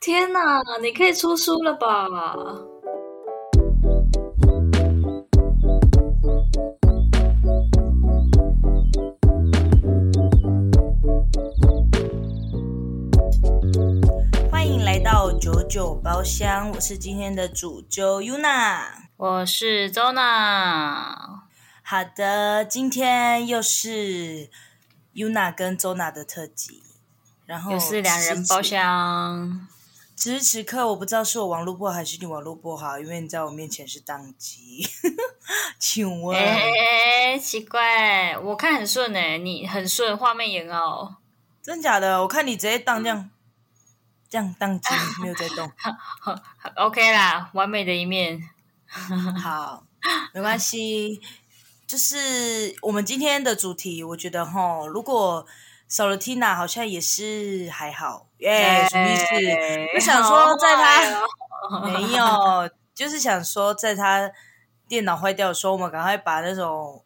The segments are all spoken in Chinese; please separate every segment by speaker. Speaker 1: 天哪，你可以出书了吧？
Speaker 2: 欢迎来到九九包厢，我是今天的主揪 Yuna。
Speaker 1: 我是周娜，
Speaker 2: 好的，今天又是 Yuna 跟 Zona 的特辑，然后
Speaker 1: 又是两人包
Speaker 2: 此时此。
Speaker 1: 厢。
Speaker 2: 此时此刻，我不知道是我网络不好还是你网络不好，因为你在我面前是宕机。 请
Speaker 1: 哦
Speaker 2: 问，
Speaker 1: 哎、奇怪，我看很顺哎、你很顺，画面也很好。
Speaker 2: 真假的？我看你直接宕这样，这样宕机，没有在动。
Speaker 1: OK 啦，完美的一面。
Speaker 2: 好，没关系。就是我们今天的主题，我觉得哈，如果少了 Tina，好像也是还好，
Speaker 1: 哎
Speaker 2: 耶、什么意思？我想
Speaker 1: 啊
Speaker 2: 说，在 他、没有，就是想说，在他电脑坏掉的时候，我们赶快把那种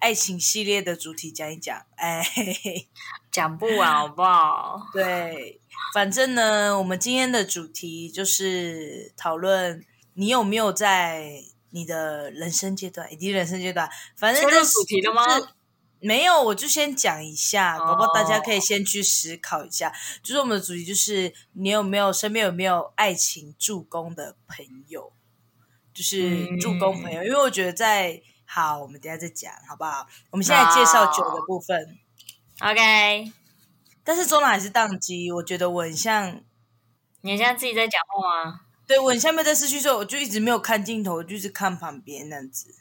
Speaker 2: 爱情系列的主题讲一讲。哎，嘿嘿
Speaker 1: 讲不完好不好？
Speaker 2: 对，反正呢，我们今天的主题就是讨论你有没有在你的人生阶段，以及人生阶段，反正
Speaker 1: 切入
Speaker 2: 这
Speaker 1: 主题了吗？
Speaker 2: 就是没有，我就先讲一下，
Speaker 1: 哦
Speaker 2: 搞不好大家可以先去思考一下。就是我们的主题就是你有没有身边有没有爱情助攻的朋友，就是
Speaker 1: 嗯
Speaker 2: 助攻朋友，因为我觉得在好，我们等一下再讲好不好？我们现在介绍酒的部分。
Speaker 1: OK，
Speaker 2: 但是中南还是宕机，我觉得我很像
Speaker 1: 你现在自己在讲话啊吗？
Speaker 2: 对，我很下面在失去之后，我就一直没有看镜头，我就是看旁边那样子。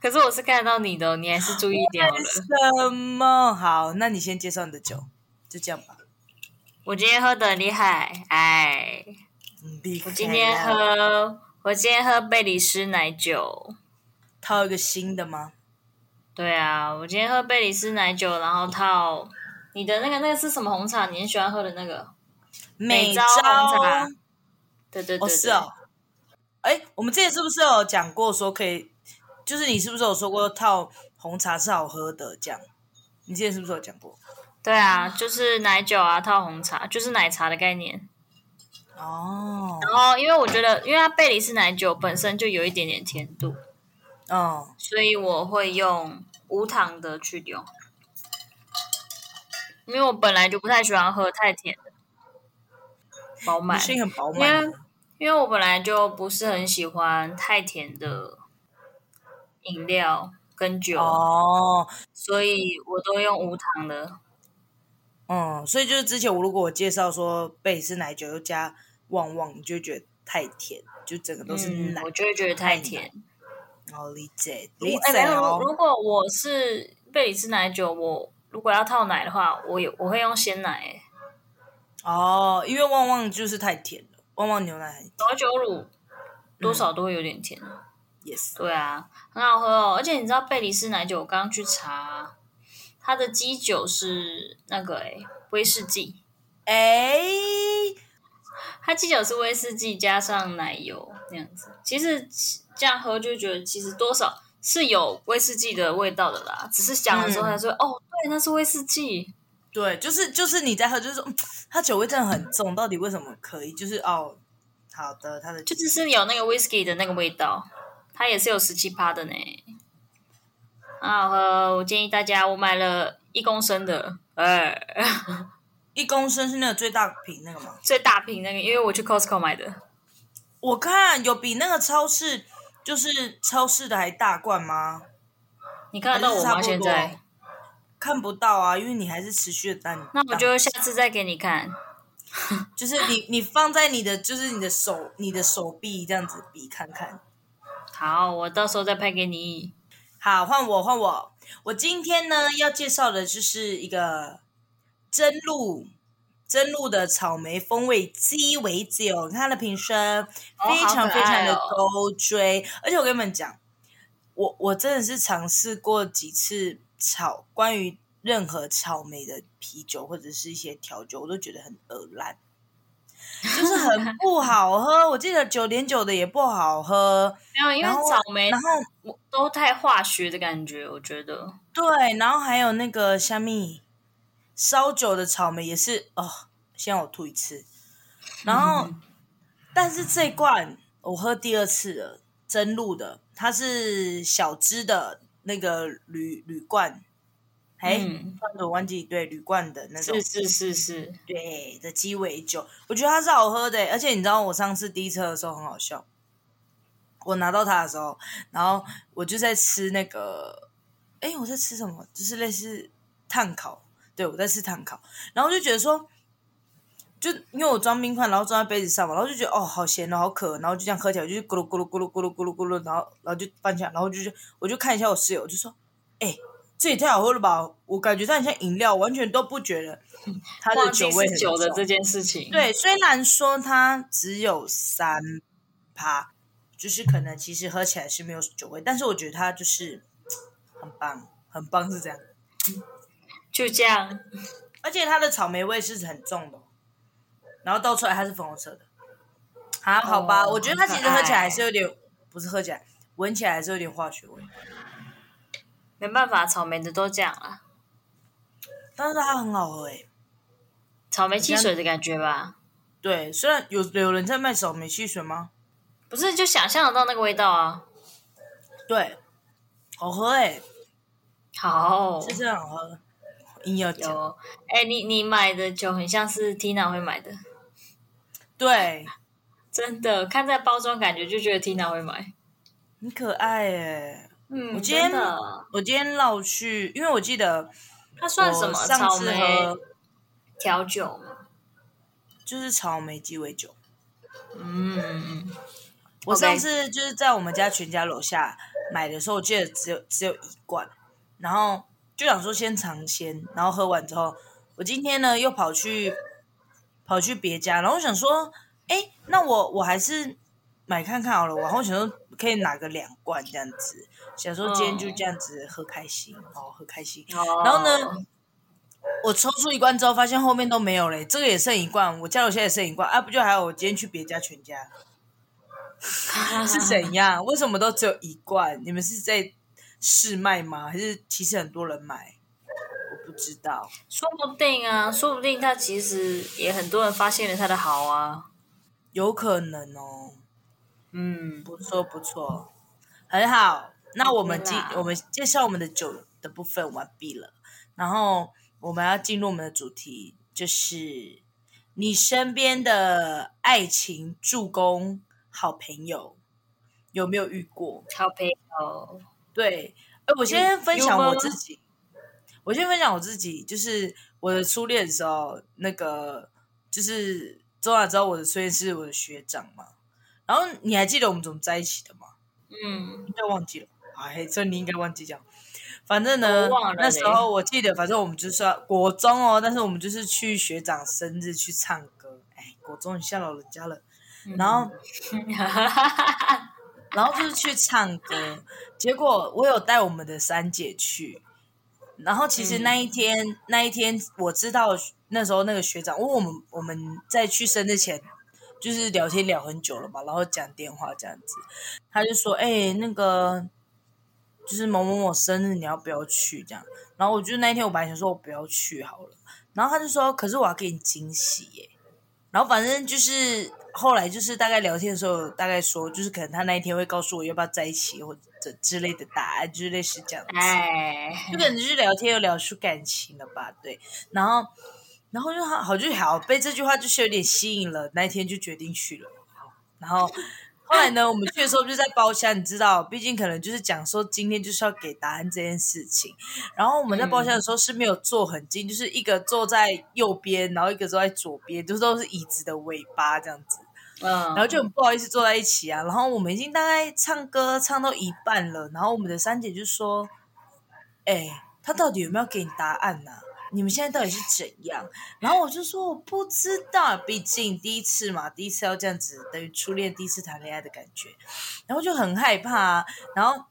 Speaker 1: 可是我是看得到你的哦，你还是注意一 点好了。
Speaker 2: 什么？好，那你先介绍你的酒，就这样吧。
Speaker 1: 我今天喝的很厉害，哎，
Speaker 2: 嗯厉害
Speaker 1: 我
Speaker 2: 了
Speaker 1: 今天喝，我今天喝贝里斯奶酒。
Speaker 2: 套一个新的吗？
Speaker 1: 对啊，我今天喝贝里斯奶酒，然后套你的那个那个是什么红茶？你很喜欢喝的那个？美
Speaker 2: 招
Speaker 1: 招红茶对对对
Speaker 2: 哦，
Speaker 1: 对，
Speaker 2: 是哦。哎，我们之前是不是有讲过说可以，就是你是不是有说过套红茶是好喝的这样？你之前是不是有讲过？
Speaker 1: 对啊，就是奶酒啊，套红茶，就是奶茶的概念。
Speaker 2: 哦，
Speaker 1: 然后，因为我觉得，因为它贝里斯奶酒本身就有一点点甜度，
Speaker 2: 嗯，
Speaker 1: 所以我会用无糖的去用，因为我本来就不太喜欢喝太甜的，饱满。
Speaker 2: 声音很饱
Speaker 1: 因
Speaker 2: 满
Speaker 1: 为因为我本来就不是很喜欢太甜的饮料跟酒，
Speaker 2: 哦，
Speaker 1: 所以我都用无糖的。
Speaker 2: 嗯，所以就是之前我如果我介绍说贝里斯奶酒又加旺旺，你就会觉得太甜，就整个都是
Speaker 1: 嗯
Speaker 2: 奶，，
Speaker 1: 我就会觉得太甜。
Speaker 2: 然后理解
Speaker 1: 如
Speaker 2: 理
Speaker 1: 哎
Speaker 2: 解
Speaker 1: 没有
Speaker 2: 哦
Speaker 1: 如，如果我是贝里斯奶酒，我如果要套奶的话，我有我会用鲜奶、欸
Speaker 2: 哦，因为旺旺就是太甜了，旺旺牛奶很
Speaker 1: 早酒乳多少都会有点甜。
Speaker 2: yes，
Speaker 1: 对啊，很好喝哦。而且你知道贝里斯奶酒，我刚刚去查，它的基酒是那个哎、威士忌。
Speaker 2: 哎，
Speaker 1: 它基酒是威士忌加上奶油那样子，其实这样喝就觉得其实多少是有威士忌的味道的啦，只是想的时候
Speaker 2: 嗯
Speaker 1: 才说、哦，对，那是威士忌。
Speaker 2: 对，就是就是你在喝，就是说嗯它酒味真的很重，到底为什么可以？就是哦，好的，它的
Speaker 1: 就只是有那个 whisky 的那个味道，它也是有十七趴的呢，很好喝。我建议大家，我买了一公升的，呃，
Speaker 2: 一公升是那个最大瓶那个吗？
Speaker 1: 最大瓶那个，因为我去 Costco 买的，
Speaker 2: 我看有比那个超市就是超市的还大罐吗？
Speaker 1: 你看得到我
Speaker 2: 还
Speaker 1: 吗？
Speaker 2: 是差不
Speaker 1: 现
Speaker 2: 多
Speaker 1: 在，
Speaker 2: 看不到啊，因为你还是持续的在你
Speaker 1: 那我就下次再给你看。
Speaker 2: 就是你你放在你的就是你的手你的手臂这样子比看看。
Speaker 1: 好，我到时候再拍给你。
Speaker 2: 好，换我换我，我今天呢要介绍的就是一个真露真露的草莓风味鸡尾酒，它的瓶身非
Speaker 1: 好
Speaker 2: 常
Speaker 1: 可爱哦
Speaker 2: 非常的勾追，而且我跟你们讲，我我真的是尝试过几次草关于任何草莓的啤酒或者是一些调酒，我都觉得很恶烂。就是很不好喝，我记得九点九的也不好喝，
Speaker 1: 没有，因为
Speaker 2: 然后
Speaker 1: 草莓
Speaker 2: 然后
Speaker 1: 我都太化学的感觉，我觉得
Speaker 2: 对，然后还有那个虾米烧酒的草莓也是哦，先让我吐一次，然后，
Speaker 1: 嗯
Speaker 2: 但是这罐我喝第二次了，真露的，它是小支的那个铝铝罐，哎、
Speaker 1: 嗯
Speaker 2: 罐子我忘记，对，铝罐的那种
Speaker 1: 是，是是是，
Speaker 2: 对的鸡尾酒，我觉得它是好喝的欸。而且你知道，我上次第一次喝的时候很好笑，我拿到它的时候，然后我就在吃那个，哎，我在吃什么？就是类似碳烤，对我在吃碳烤，然后我就觉得说。就因为我装冰块，然后装在杯子上嘛，然后就觉得哦，好咸哦，好渴，然后就这样喝起来，我就咕噜咕噜咕噜咕噜咕噜咕噜，然后然后就翻起来，然后就是我就看一下我室友，我就说，哎、这也太好喝了吧！我感觉它很像饮料，完全都不觉得它的
Speaker 1: 忘
Speaker 2: 酒
Speaker 1: 记
Speaker 2: 味
Speaker 1: 是
Speaker 2: 很
Speaker 1: 酒的
Speaker 2: 重
Speaker 1: 这件事情。，
Speaker 2: 对，虽然说它只有三趴，就是可能其实喝起来是没有酒味，但是我觉得它就是很棒，很棒是这样。
Speaker 1: 就这样。
Speaker 2: 而且它的草莓味是很重的哦，然后倒出来它是粉红色的。啊，好吧，
Speaker 1: 哦
Speaker 2: 我觉得它
Speaker 1: 很
Speaker 2: 其
Speaker 1: 可
Speaker 2: 实喝起来还
Speaker 1: 爱
Speaker 2: 是有点，不是喝起来，闻起来还是有点化学味，
Speaker 1: 没办法，草莓的都这样了，
Speaker 2: 但是它很好喝诶、欸
Speaker 1: 草莓汽水的感觉吧？
Speaker 2: 对，虽然有有人在卖草莓汽水吗？
Speaker 1: 不是，就想象得到那个味道啊。
Speaker 2: 对，好喝诶、
Speaker 1: 好，
Speaker 2: 是真的好喝，硬要讲。
Speaker 1: 有，哎、你你买的酒很像是 Tina 会买的，
Speaker 2: 对，
Speaker 1: 真的，看在包装感觉就觉得 Tina 会买。
Speaker 2: 很可爱耶、
Speaker 1: 嗯，
Speaker 2: 我今天
Speaker 1: 真的，
Speaker 2: 我今天绕去，因为我记得
Speaker 1: 它算什么？
Speaker 2: 我上
Speaker 1: 草
Speaker 2: 次
Speaker 1: 莓
Speaker 2: 喝
Speaker 1: 调酒吗？
Speaker 2: 就是草莓鸡尾酒。
Speaker 1: 嗯，
Speaker 2: 我
Speaker 1: OK
Speaker 2: 上次就是在我们家全家楼下买的时候，我记得只有只有一罐，然后就想说先尝鲜，然后喝完之后，我今天呢又跑去跑去别家，然后我想说，哎，那我我还是买看看好了，然后我想说可以拿个两罐这样子，想说今
Speaker 1: 嗯
Speaker 2: 天就这样子喝开心，哦，喝开心，
Speaker 1: 然
Speaker 2: 然后
Speaker 1: 哦
Speaker 2: 呢？我抽出一罐之后，发现后面都没有嘞，这个也剩一罐，我家楼下也剩一罐啊，不就还有我今天去别家全家是怎样？为什么都只有一罐？你们是在试卖吗？还是其实很多人买？我不知道。
Speaker 1: 说不定啊，说不定它其实也很多人发现了它的好啊。
Speaker 2: 有可能哦，
Speaker 1: 嗯，
Speaker 2: 不错不错，很好。那我们
Speaker 1: OK
Speaker 2: 进
Speaker 1: 啦
Speaker 2: 我们介绍我们的酒的部分完毕了，然后我们要进入我们的主题，就是你身边的爱情助攻好朋友有没有遇过？
Speaker 1: 好朋友，
Speaker 2: 对，哎，我
Speaker 1: 有
Speaker 2: 先分享
Speaker 1: 有吗
Speaker 2: 我自己，我先分享我自己，就是我的初恋的时候，那个就是周雅知道我的初恋是我的学长嘛，然后你还记得我们怎么在一起的吗？
Speaker 1: 嗯，
Speaker 2: 应该忘记了，哎，这你应该忘记讲。反正
Speaker 1: 我
Speaker 2: 呢
Speaker 1: 忘了，嘞
Speaker 2: 那时候我记得，反正我们就是要国中哦，但是我们就是去学长生日去唱歌，哎，国中你吓老人家了。
Speaker 1: 嗯
Speaker 2: 然后，然后就是去唱歌，结果我有带我们的三姐去，然后其实
Speaker 1: 嗯
Speaker 2: 那一天、那一天我知道那时候那个学长，因为我们我们在去生日前就是聊天聊很久了吧，然后讲电话这样子，他就说：“哎、那个就是某某某生日，你要不要去？”这样，然后我就那一天我本来想说我不要去好了，然后他就说：“可是我要给你惊喜耶。”然后反正就是后来就是大概聊天的时候，有大概说就是可能他那一天会告诉我要不要在一起或者之类的答案，就是类似这样子。
Speaker 1: 哎，
Speaker 2: 就可能就是聊天又聊出感情了吧？对，然后然后就好好就好被这句话就是有点吸引了，那一天就决定去了。然后后来呢，我们去的时候就在包厢，你知道，毕竟可能就是讲说今天就是要给答案这件事情。然后我们在包厢的时候是没有坐很近，就是一个坐在右边，然后一个坐在左边，就是都是椅子的尾巴这样子。
Speaker 1: 嗯，
Speaker 2: 然后就很不好意思坐在一起啊。然后我们已经大概唱歌唱到一半了，然后我们的三姐就说：“哎、他到底有没有给你答案呢、你们现在到底是怎样？”然后我就说：“我不知道，毕竟第一次嘛，第一次要这样子，等于初恋第一次谈恋爱的感觉。”然后就很害怕、啊，然后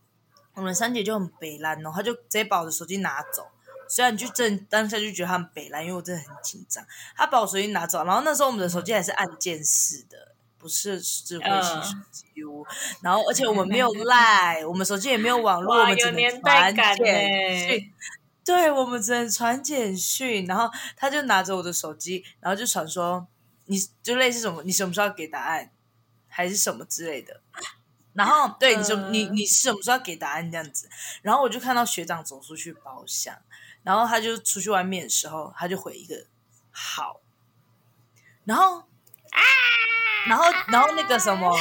Speaker 2: 我们三姐就很北烂哦，她就直接把我的手机拿走。虽然就正当下就觉得她很北烂，因为我真的很紧张。她把我手机拿走，然后那时候我们的手机还是按键式的，不是智慧型手
Speaker 1: 嗯
Speaker 2: 机哦。然后而且我们 没有赖，我们手机也没有网络，我
Speaker 1: 哇，
Speaker 2: 们只
Speaker 1: 有
Speaker 2: 能
Speaker 1: 年代
Speaker 2: 传
Speaker 1: 感呢、
Speaker 2: 简讯。对，我们只能传简讯，然后他就拿着我的手机，然后就传说：“你就类似什么，你什么时候要给答案，还是什么之类的。然后对你什么你
Speaker 1: 呃
Speaker 2: 你什么时候要给答案这样子，然后我就看到学长走出去包厢，然后他就出去外面的时候，他就回一个好，然后
Speaker 1: 啊
Speaker 2: 然后然后那个什么，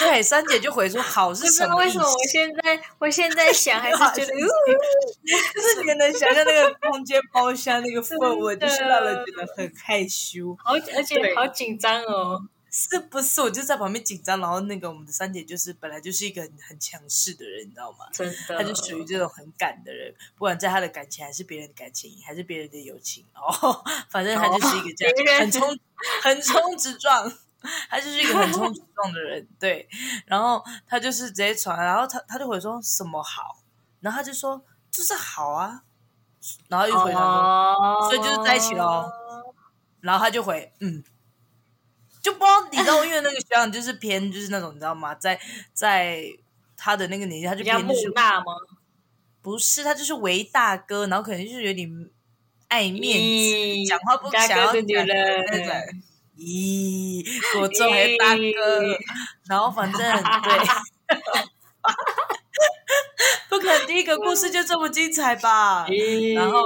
Speaker 2: 对三姐就回说好是
Speaker 1: 不知
Speaker 2: 什
Speaker 1: 道
Speaker 2: 么
Speaker 1: 为
Speaker 2: 意
Speaker 1: 什
Speaker 2: 思？
Speaker 1: 么我现在我现在想还是觉得，
Speaker 2: 又 就是你们能想象那个空间包厢那个氛 围，就是让人觉得很害羞，
Speaker 1: 好而且
Speaker 2: 对
Speaker 1: 好紧张哦。
Speaker 2: 是不是？我就在旁边紧张，然后那个我们的三姐就是本来就是一个很很强势的人，你知道吗？
Speaker 1: 真的，
Speaker 2: 她就属于这种很敢的人，不管在她的感情还是别人的感情，还是别人的友情 哦，反正她就是一个这
Speaker 1: 哦别人
Speaker 2: 样很冲横冲直撞， 她就是一个横冲直撞的人。 对，然后她就是直接传，然后她她就回说什么好，然后她就说就是好啊，然后又回她说。
Speaker 1: 哦，
Speaker 2: 所以就是在一起咯。然后他就回嗯，就不知道你知道，因为那个学长就是偏就是那种你知道吗，在在他的那个年纪，他就
Speaker 1: 比较
Speaker 2: 偏
Speaker 1: 木
Speaker 2: 就是
Speaker 1: 讷吗？
Speaker 2: 不是他就是为大哥，然后可能就是有点爱面子，
Speaker 1: 咦
Speaker 2: 讲话不
Speaker 1: 大
Speaker 2: 想要
Speaker 1: 哥的
Speaker 2: 讲
Speaker 1: 女
Speaker 2: 那
Speaker 1: 人，
Speaker 2: 种。咦，我作为大哥
Speaker 1: 咦，
Speaker 2: 然后反正
Speaker 1: 啊
Speaker 2: 对，不可能第一个故事就这么精彩吧？
Speaker 1: 咦
Speaker 2: 然后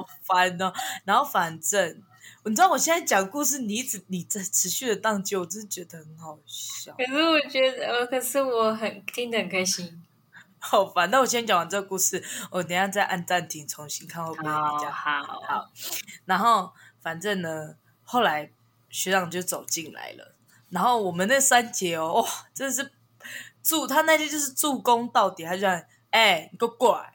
Speaker 2: 好烦哦。然后反正你知道，我现在讲故事，你一直你在持续的荡秋，我真的觉得很好笑，
Speaker 1: 可是我觉得，呃，可是我很听得很开心。
Speaker 2: 好烦。那我先讲完这个故事，我等一下再按暂停重新看会不会比较好。
Speaker 1: 好好，
Speaker 2: 然后反正呢，后来学长就走进来了，然后我们那三姐哦，哇、真的是助他那天就是助攻到底，他就讲，哎、你给我过来，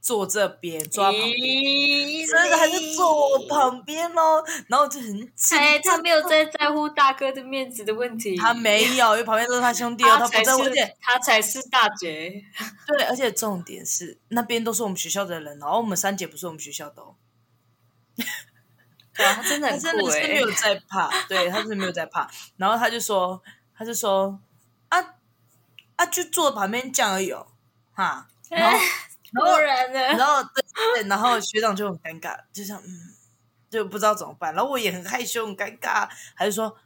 Speaker 2: 坐这边，坐他旁边。
Speaker 1: 咦
Speaker 2: 真的还是坐我旁边喽，然后我就很紧
Speaker 1: 哎，他
Speaker 2: 张
Speaker 1: 没有在在乎大哥的面子的问题，
Speaker 2: 他没有，因为旁边都是他兄弟哦，
Speaker 1: 他
Speaker 2: 他
Speaker 1: 才
Speaker 2: 不在乎。
Speaker 1: 啊
Speaker 2: 而
Speaker 1: 是
Speaker 2: 且
Speaker 1: 他才是大姐。
Speaker 2: 对，而且重点是那边都是我们学校的人，哦然后我们三姐不是我们学校的哦，
Speaker 1: 哇，他真的
Speaker 2: 啊他
Speaker 1: 很
Speaker 2: 真的欸
Speaker 1: 酷
Speaker 2: 是没
Speaker 1: 哎！
Speaker 2: 有在怕，对他真的没有在怕。然后他就说，他就说啊啊，就坐旁边这样而已哦，哈。然
Speaker 1: 哎
Speaker 2: 后
Speaker 1: 突然呢，
Speaker 2: 然后对对，然后学长就很尴尬，就像嗯，就不知道怎么办。然后我也很害羞，很尴尬，还是说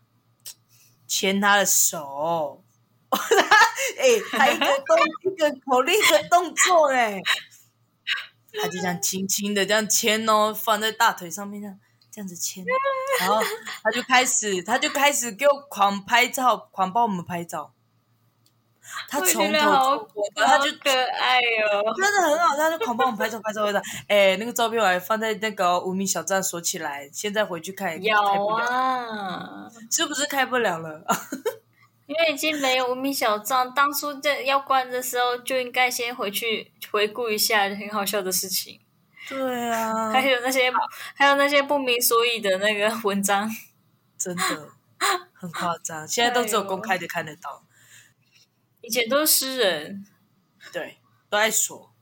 Speaker 2: 牵他的手。 哎、他一个动一个口令一个动作哎、他就这样轻轻的这样牵哦，放在大腿上面这样这样子牵，然后他就开始他就开始给我狂拍照，狂帮我们拍照。他
Speaker 1: 我觉
Speaker 2: 从
Speaker 1: 得
Speaker 2: 头
Speaker 1: 好
Speaker 2: 从尾他就
Speaker 1: 好可爱哦。
Speaker 2: 真的很好，他就狂帮我们拍照拍照拍照。哎、那个照片我还放在那个无名小站锁起来，现在回去看，
Speaker 1: 有
Speaker 2: 开不了，
Speaker 1: 啊，
Speaker 2: 是不是开不了了？
Speaker 1: 因为已经没有无名小站，当初在要关的时候就应该先回去回顾一下很好笑的事情，
Speaker 2: 对啊，
Speaker 1: 还有那些还有那些不明所以的那个文章，
Speaker 2: 真的很夸张，现在都只有公开的看得到，
Speaker 1: 以前都是诗人，
Speaker 2: 对，都在锁。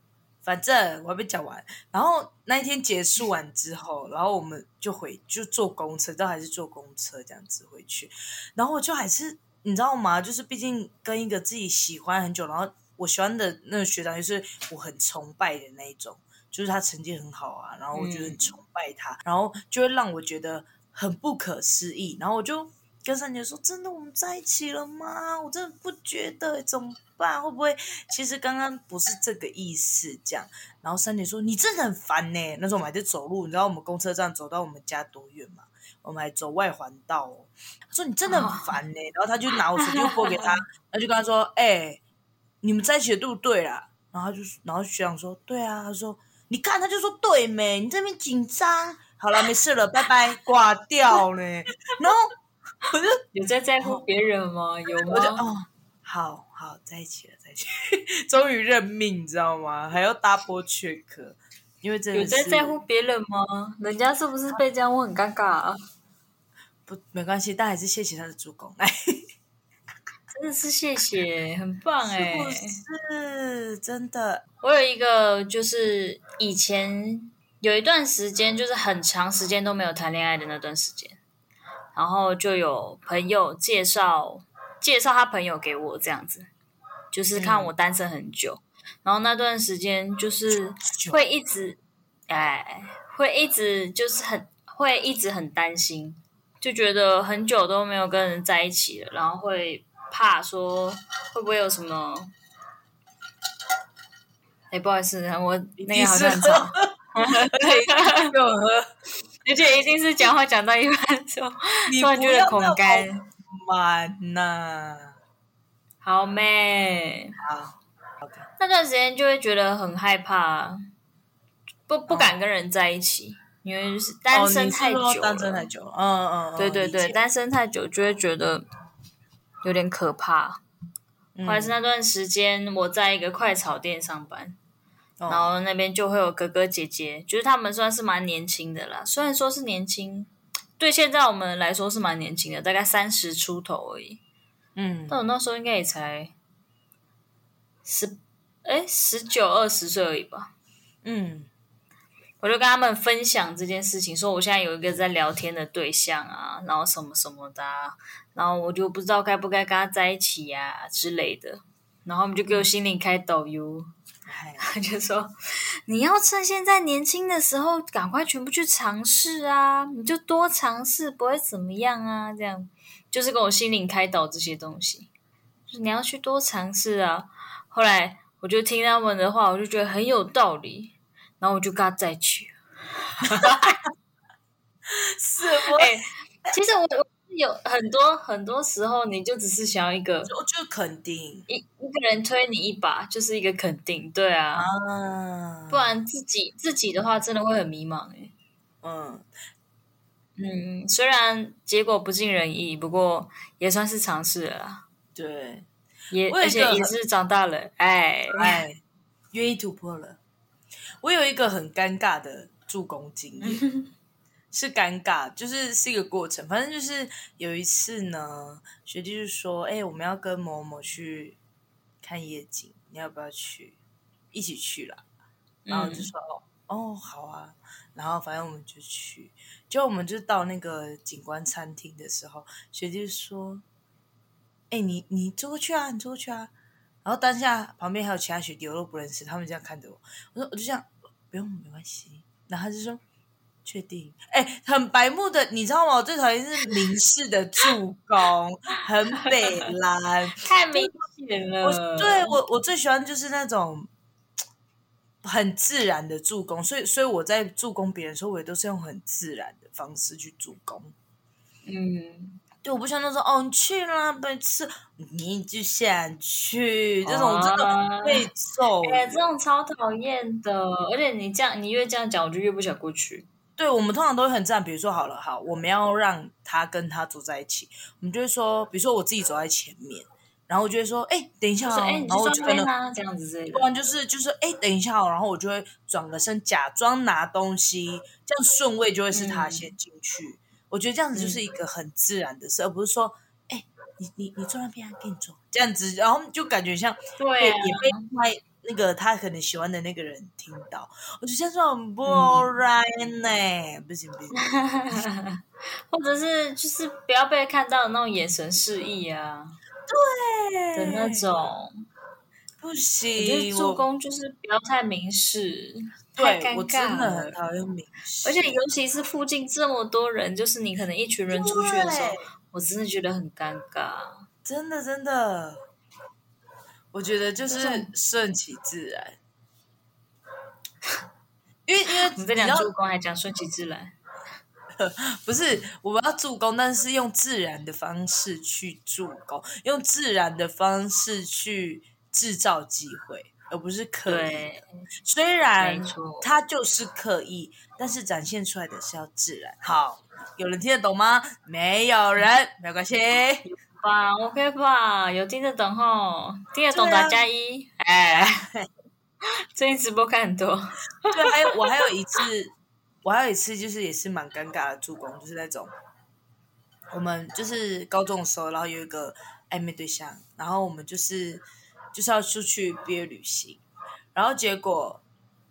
Speaker 2: 反正我还没讲完，然后那一天结束完之后，然后我们就回就坐公车，都还是坐公车这样子回去。然后我就还是你知道吗？就是毕竟跟一个自己喜欢很久，然后我喜欢的那个学长，就是我很崇拜的那一种，就是他成绩很好啊，然后我就很崇拜他，然后就会让我觉得很不可思议。然后我就跟三姐说：“真的，我们在一起了吗？我真的不觉得，怎么办？会不会其实刚刚不是这个意思？”这样，然后三姐说：“你真的很烦呢、那时候我们还在走路，你知道我们公车站走到我们家多远吗？我们还走外环道哦。他说你真的
Speaker 1: 哦
Speaker 2: 很烦呢、然后他就拿我手机又拨 给他，他就跟他说：“哎、你们在一起的对不对啦？”然后他就然后学长说：“对啊。”他说：“你看，他就说对没？你这边紧张，好了，没事了，拜拜，挂掉嘞。”然后我就
Speaker 1: 有在在乎别人吗？有
Speaker 2: 我就
Speaker 1: 吗？
Speaker 2: 哦，好好在一起了，在一起了， 终于认命，你知道吗？还要 double check，因为真的
Speaker 1: 有在
Speaker 2: 是
Speaker 1: 在乎别人吗？人家是不是被这样问很尴尬啊？
Speaker 2: 不没关系，但还是谢谢他的助攻。哎，
Speaker 1: 真的是谢谢，很棒哎、
Speaker 2: 是真的，
Speaker 1: 我有一个，就是以前有一段时间，就是很长时间都没有谈恋爱的那段时间，然后就有朋友介绍介绍他朋友给我，这样子，就是看我单身很久，然后那段时间就是
Speaker 2: 久
Speaker 1: 会一直，哎，会一直就是很会一直很担心，就觉得很久都没有跟人在一起了，然后会怕说会不会有什么？哎，不好意思，我那个好像很 吵，
Speaker 2: 给我喝
Speaker 1: 而且一定是讲话讲到一半之后，
Speaker 2: 你
Speaker 1: 突然觉
Speaker 2: 不
Speaker 1: 得
Speaker 2: 要哦
Speaker 1: 口
Speaker 2: 那么
Speaker 1: 干。
Speaker 2: 慢呐、
Speaker 1: 好妹，
Speaker 2: 好，
Speaker 1: 那段时间就会觉得很害怕，不不敢跟人在一起，因为就是单
Speaker 2: 哦
Speaker 1: 身
Speaker 2: 你是
Speaker 1: 太久
Speaker 2: 说
Speaker 1: 了。
Speaker 2: 单身太久，嗯嗯，嗯
Speaker 1: 对对对，
Speaker 2: 理解
Speaker 1: 单身太久就会觉得有点可怕。
Speaker 2: 嗯
Speaker 1: 后来是那段时间我在一个快炒店上班，
Speaker 2: 哦
Speaker 1: 然后那边就会有哥哥姐姐，就是他们算是蛮年轻的啦，虽然说是年轻，对现在我们来说是蛮年轻的，大概三十出头而已。
Speaker 2: 嗯，
Speaker 1: 但我那时候应该也才十哎十九二十岁而已吧。
Speaker 2: 嗯，
Speaker 1: 我就跟他们分享这件事情，说我现在有一个在聊天的对象啊，然后什么什么的、啊，然后我就不知道该不该跟他在一起呀、之类的。然后我们就给我心灵开抖 U，
Speaker 2: 哎，
Speaker 1: 他 就说你要趁现在年轻的时候，赶快全部去尝试啊，你就多尝试，不会怎么样啊。这样就是跟我心灵开导这些东西，就是你要去多尝试啊。后来我就听他们的话，我就觉得很有道理，然后我就跟他在一起了。
Speaker 2: 是我、
Speaker 1: 哎、其实我我有很多很多时候，你就只是想要一个
Speaker 2: 我就肯定
Speaker 1: 一一个人推你一把，就是一个肯定，对啊，
Speaker 2: 啊，
Speaker 1: 不然自己自己的话真的会很迷茫哎、
Speaker 2: 嗯，
Speaker 1: 嗯，虽然结果不尽人意，不过也算是尝试了啦，
Speaker 2: 对，
Speaker 1: 也
Speaker 2: 我有
Speaker 1: 而
Speaker 2: 一
Speaker 1: 且
Speaker 2: 个
Speaker 1: 也是长大了，哎，
Speaker 2: 哎，愿意突破了。我有一个很尴尬的助攻经验，是尴尬，就是是一个过程。反正就是有一次呢，学弟就说：“哎、我们要跟某某去看夜景，你要不要去？一起去啦？”然后就
Speaker 1: 嗯
Speaker 2: 说：“哦，哦，好啊。”然后反正我们就去，就我们就到那个景观餐厅的时候，学弟就说：“哎、你你坐过去啊，你坐过去啊。”然后当下旁边还有其他学弟，我都不认识，他们这样看着我，我说我就这样，不用没关系。然后他就说：“确定？”哎、很白目的，你知道吗？我最讨厌是明示的助攻，很北蓝。
Speaker 1: 太明显了，
Speaker 2: 我对我我最喜欢就是那种很自然的助攻，所以所以我在助攻别人的时候，我也都是用很自然的方式去助攻。
Speaker 1: 嗯，
Speaker 2: 对，我不喜欢那种哦，你去啦，白痴，你就想去这种，我真
Speaker 1: 哦
Speaker 2: 的被揍。
Speaker 1: 啊哎、这种超讨厌的，而且你这样，你越这样讲，我就越不想过去，
Speaker 2: 对，我们通常都会很自然，比如说好了，好，我们要让他跟他走在一起，我们就会说，比如说我自己走在前面，然后我就会说，哎、等一下、
Speaker 1: 就
Speaker 2: 哦，
Speaker 1: 说哎、你
Speaker 2: 然后
Speaker 1: 就坐
Speaker 2: 我就
Speaker 1: 那
Speaker 2: 可能
Speaker 1: 边啊，这样子之类的
Speaker 2: 不，然就是就是哎、等一下、哦，然后我就会转个身，假装拿东西，这样顺位就会是他
Speaker 1: 嗯
Speaker 2: 先进去。我觉得这样子就是一个很自然的事，而不是说哎、你你你坐那边、啊，给你坐这样子，然后就感觉像
Speaker 1: 对
Speaker 2: 被、
Speaker 1: 啊，
Speaker 2: 也被另外那个他可能喜欢的那个人听到，我觉得这样是很
Speaker 1: 嗯
Speaker 2: 不 alright 呢、不行不行，
Speaker 1: 或者是就是不要被看到的那种眼神示意啊 的那种。
Speaker 2: 不
Speaker 1: 我觉得
Speaker 2: 行，
Speaker 1: 助
Speaker 2: 我
Speaker 1: 攻就是不要太明示，太
Speaker 2: 对
Speaker 1: 尴
Speaker 2: 我真
Speaker 1: 尬
Speaker 2: 的很
Speaker 1: 了。
Speaker 2: 讨厌明示，
Speaker 1: 而且尤其是附近这么多人，就是你可能一群人出去的时候
Speaker 2: 对，
Speaker 1: 我真的觉得很尴尬。
Speaker 2: 真的真的，我觉得就
Speaker 1: 这
Speaker 2: 是
Speaker 1: 种
Speaker 2: 顺其自然，因为因为
Speaker 1: 我们在
Speaker 2: 你
Speaker 1: 讲
Speaker 2: 要
Speaker 1: 助攻，还讲顺其自然。
Speaker 2: 不是我们要助攻，但是用自然的方式去助攻，用自然的方式去制造机会，而不是刻意。
Speaker 1: 对，
Speaker 2: 虽
Speaker 1: 没
Speaker 2: 然
Speaker 1: 错。
Speaker 2: 它就是刻意，但是展现出来的是要自然。好，有人听得懂吗？没有人，没关系。
Speaker 1: 吧，OK 吧，有听得懂吼，听得懂
Speaker 2: 对啊
Speaker 1: 打加一。 哎，最近直播看很多。
Speaker 2: 对，还有我还有一次，我还有一次就是也是蛮尴尬的助攻，就是那种我们就是高中的时候，然后有一个暧昧对象，然后我们就是就是要出去毕业旅行，然后结果